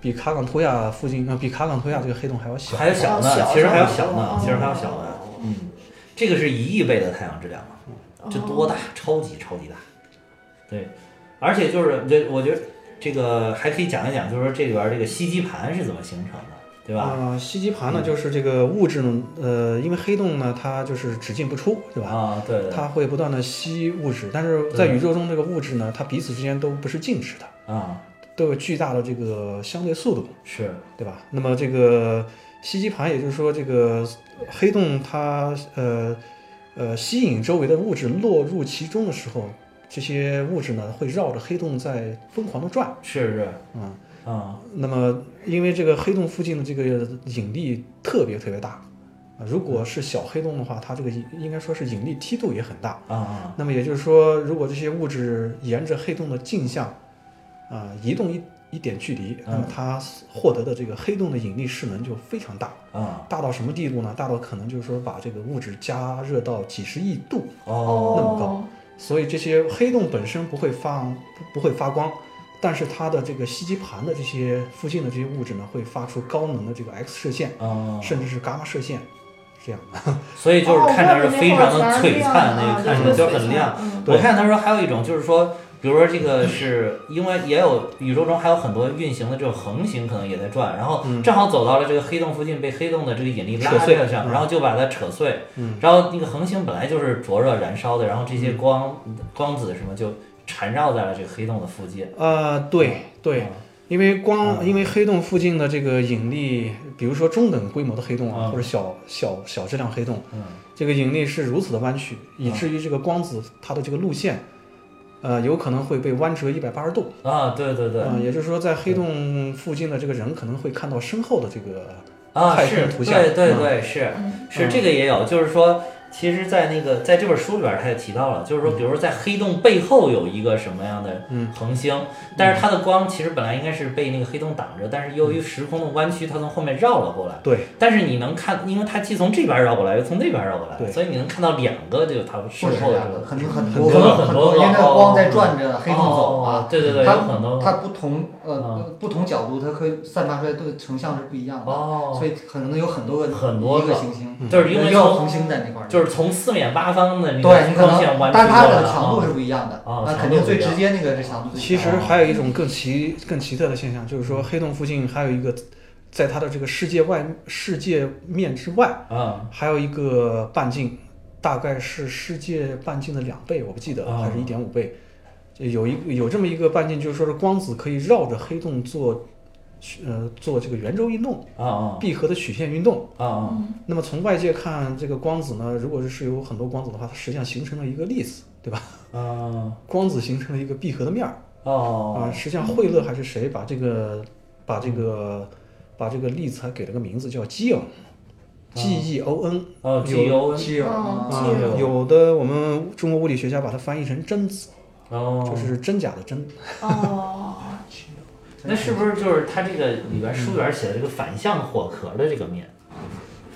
比卡冈托亚附近，啊，比卡冈托亚这个黑洞还要小。
还有小呢
哦，小
其实还有
小
小呢
哦，
其实还有小呢。嗯，这个是一亿倍的太阳质量啊，这多大？超级超级大。对，而且就是这，我觉得这个还可以讲一讲，就是说这里边这个吸积盘是怎么形成的，对吧？
啊，吸积盘呢，就是这个物质呢，呃，因为黑洞呢，它就是只进不出，对吧？
啊，对对
它会不断的吸物质，但是在宇宙中这个物质呢，它彼此之间都不是静止的，
啊，
都有巨大的这个相对速度，
是
对吧？那么这个吸积盘，也就是说这个黑洞它呃呃吸引周围的物质落入其中的时候，这些物质呢会绕着黑洞在疯狂的转，
是是，
嗯
啊
那么因为这个黑洞附近的这个引力特别特别大。啊如果是小黑洞的话，它这个引应该说是引力梯度也很大，
啊啊，
那么也就是说，如果这些物质沿着黑洞的径向，啊、移动一一点距离，那么它获得的这个黑洞的引力势能就非常大，
啊
大到什么地步呢？大到可能就是说把这个物质加热到几十亿度，
哦
那么高，所以这些黑洞本身不会发不不会发光，但是它的这个吸积盘的这些附近的这些物质呢，会发出高能的这个 X 射线，
啊，
甚至是伽马射线，这样的。
所哦以就是看着
是
是非常的璀璨，
哦
那个看着就很亮。。 (laughs)
嗯
对
我看他说还有一种就是说，比如说这个
(laughs)
是因为也有宇宙中还有很多运行的这种恒星可能也在转，然后
嗯
正好走到了这个黑洞附近，被黑洞的这个引力拉
扯碎
了上，
嗯
然后就把它扯碎。然后那个恒星本来就是灼热燃烧的，然后这
嗯
些光光子什么就缠绕在了这个黑洞的附近。
呃，对对，因为光，
嗯
因为黑洞附近的这个引力，比如说中等规模的黑洞啊，
嗯
或者小小小质量黑洞，
嗯，
这个引力是如此的弯曲，以至于这个光子它的这个路线，呃，有可能会被弯折一百八十度。
啊，对对对，
啊、也就是说，在黑洞附近的这个人可能会看到身后的这个
啊，
太
是
空图像
对对对，是
嗯
是这个也有，就是说，其实，在那个在这本书里边，他也提到了，就是说，
嗯
比如说在黑洞背后有一个什么样的
嗯
恒星，但
嗯
是它的光其实本来应该是被那个黑洞挡着，但是由于时空的弯曲，它从后面绕了过来。
对
但是你能看，因为它既从这边绕过来，又从那边绕过来，
对
所以你能看到两个就它身
不止
后的
两
这
个，
个
可能很
很多
多
很
很
多
因为它
哦
光在转着黑洞走
哦
嘛，
对对对，
它
有啊很多
它不同呃不同角度，它可以散发出来的成像是不一样的，
哦，
所以可能有很多个
很多个
一个行星，
就是因为
也有
从
恒星在那块儿，
就是从四面八方的那
对
个
你可
光线
能
弯，曲
但它
过来
的
了
强度
啊
是不一样的，
哦
那
强
肯
度
定
不一
最
样
直接那个是
嗯
强度最
其
强
实还有一种更奇更奇特的现象，就是说黑洞附近还有一个，在它的这个世界外世界面之外，
嗯
还有一个半径，大概是世界半径的两倍，我不记得了
啊
还是一点五倍。就有一个有这么一个半径，就是说是光子可以绕着黑洞做，呃，做这个圆周运动、
啊啊
闭合的曲线运动。
啊啊。
那么从外界看，这个光子呢，如果是有很多光子的话，它实际上形成了一个粒子，对吧？
嗯
光子形成了一个闭合的面儿啊、
哦，
实际上惠勒还是谁把这个把这个把这个粒子还给了个名字叫基偶，G E O N，
哦，G O
稀有
哦
嗯
基
啊，
友
有的我们中国物理学家把它翻译成真子，就
哦，
是真假的真。
哦，
那是不是就是它这个里边书里边写的这个反向火壳的这个面，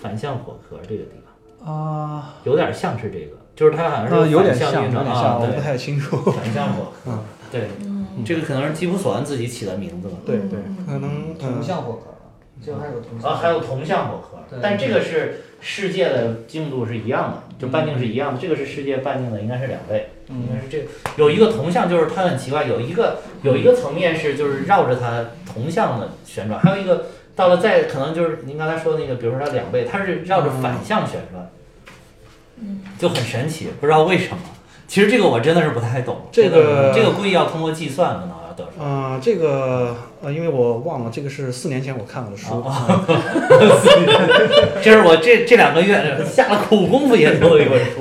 反向火壳这个地方
啊，
有点像是这个，就是它好像是
有点
反
像，
向
有
运动
点
啊，
像，我不 (laughs)
对，
太清楚。
反向火壳，对，
嗯，
这个可能是基普索恩自己起的名字吧。
对对，可能
同
嗯
向火壳，这还有同向，
啊，还有铜像火壳
对，
但这个是世界的精度是一样的，就半径是一样的，这个是世界半径的应该是两倍，应该是这个有一个铜像，就是它很奇怪，有一个有一个层面是就是绕着它铜像的旋转，还有一个到了再可能就是您刚才说的那个，比如说它两倍，它是绕着反向旋转，嗯，就很神奇，不知道为什么。其实这个我真的是不太懂，
这个
真的是这个估计要通过计算可能要得出
啊、这个呃，因为我忘了，这个是四年前我看过的书，
来，这是我这这两个月下了苦功夫研究的一本书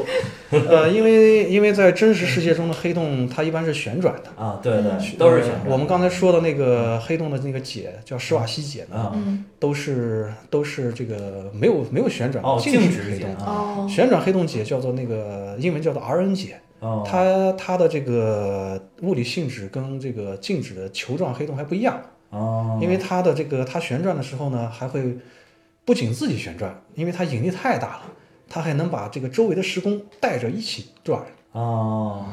(laughs) 呃，因为因为在真实世界中的黑洞，它一般是旋转的，
啊，对对，都是旋转
呃我们刚才说的那个黑洞的那个解叫施瓦西解呢，
啊，
嗯
都是都是这个没有没有旋转的
哦，静止
止黑
解
洞。
啊，
哦，
旋转黑洞解叫做那个英文叫做 RN 解，
哦，
它它的这个物理性质跟这个静止的球状黑洞还不一样，
哦，
因为它的这个它旋转的时候呢，还会不仅自己旋转，因为它引力太大了，它还能把这个周围的时空带着一起转。
哦，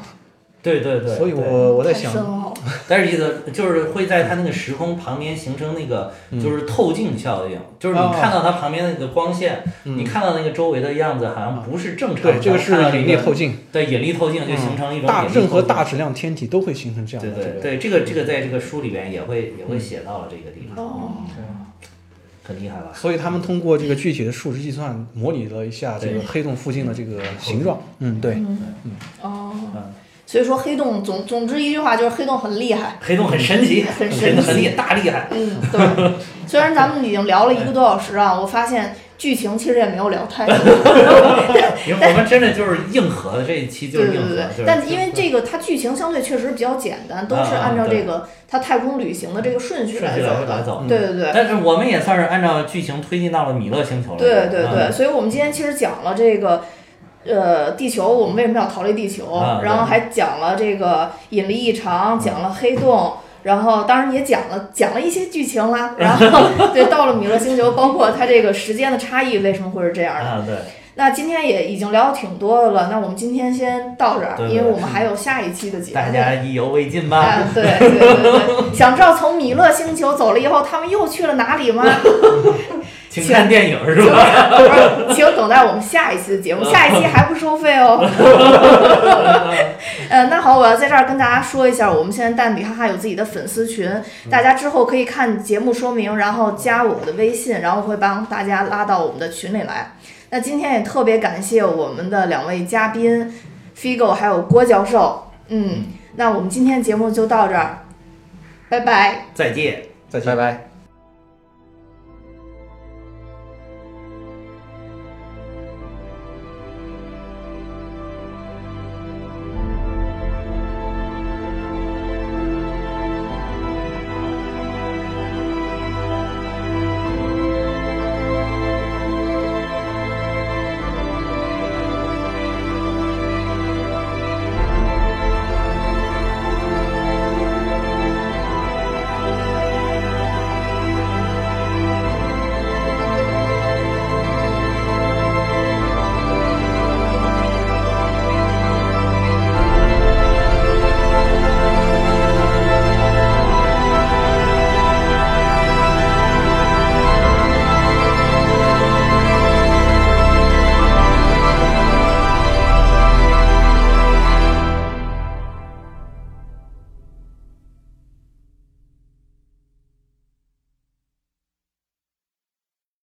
对对对，
所以
对
我我在
哦太
想
深，奥了
但是意思就是会在它那个时空旁边形成那个就是透镜效应，就是你
嗯哦
看到它旁边的那个光线，
嗯
你看到那个周围的样子好像不是正常的，
对，这个是
看到那
引力透镜，
对引力透镜就形成一
嗯
种
大
引力
任何
透镜
大质量天体都会形成这样
对
的这
对
个。嗯
对，这个这个在这个书里边也会也会写到了这个地方，嗯
哦，
很厉害吧？
所以他们通过这个具体的数值计算，模拟了一下这个
对
黑洞附近的这个形状。嗯，对。
哦
嗯，
所以说黑洞总总之一句话就是黑洞很厉害。
黑洞很神奇，
很神奇
黑洞很厉害，大厉害。
嗯，对。 (laughs) 虽然咱们已经聊了一个多小时啊，我发现剧情其实也没有聊太多。
因为我们真的就是硬核，这一期就
对
是
对
硬核。
对
就
对
是。
但因为这个它剧情相对确实比较简单，都是按照这个它太空旅行的这个顺序
顺
来
序
走
来来
的。
走。
对对对。
但是我们也算是按照剧情推进到了米勒星球了。
对对
啊
对，所以我们今天其实讲了这个。呃，地球，我们为什么要逃离地球？
啊对
然后还讲了这个引力异常，讲了黑洞，然后当然也讲了讲了一些剧情啦。然后
(laughs)
对，到了米勒星球，包括它这个时间的差异为什么会是这样的？
啊，对，
那今天也已经聊的挺多的了，那我们今天先到这儿，
对对嗯
因为我们还有下一期的节目。
大家意犹未尽吧？
啊，对对对对，想知道从米勒星球走了以后，他们又去了哪里吗？
请看电影是
请
吧？
(laughs)
嗯
请等待我们下一期的节目，下一期还不收费
(laughs)
哦。呃，那好，我要在这儿跟大家说一下，我们现在蛋比哈哈有自己的粉丝群，
嗯
大家之后可以看节目说明，然后加我的微信，然后会帮大家拉到我们的群里来。那今天也特别感谢我们的两位嘉宾，Figo 还有郭教授。
嗯
嗯，那我们今天节目就到这儿，拜拜。
再见。
再见，拜拜。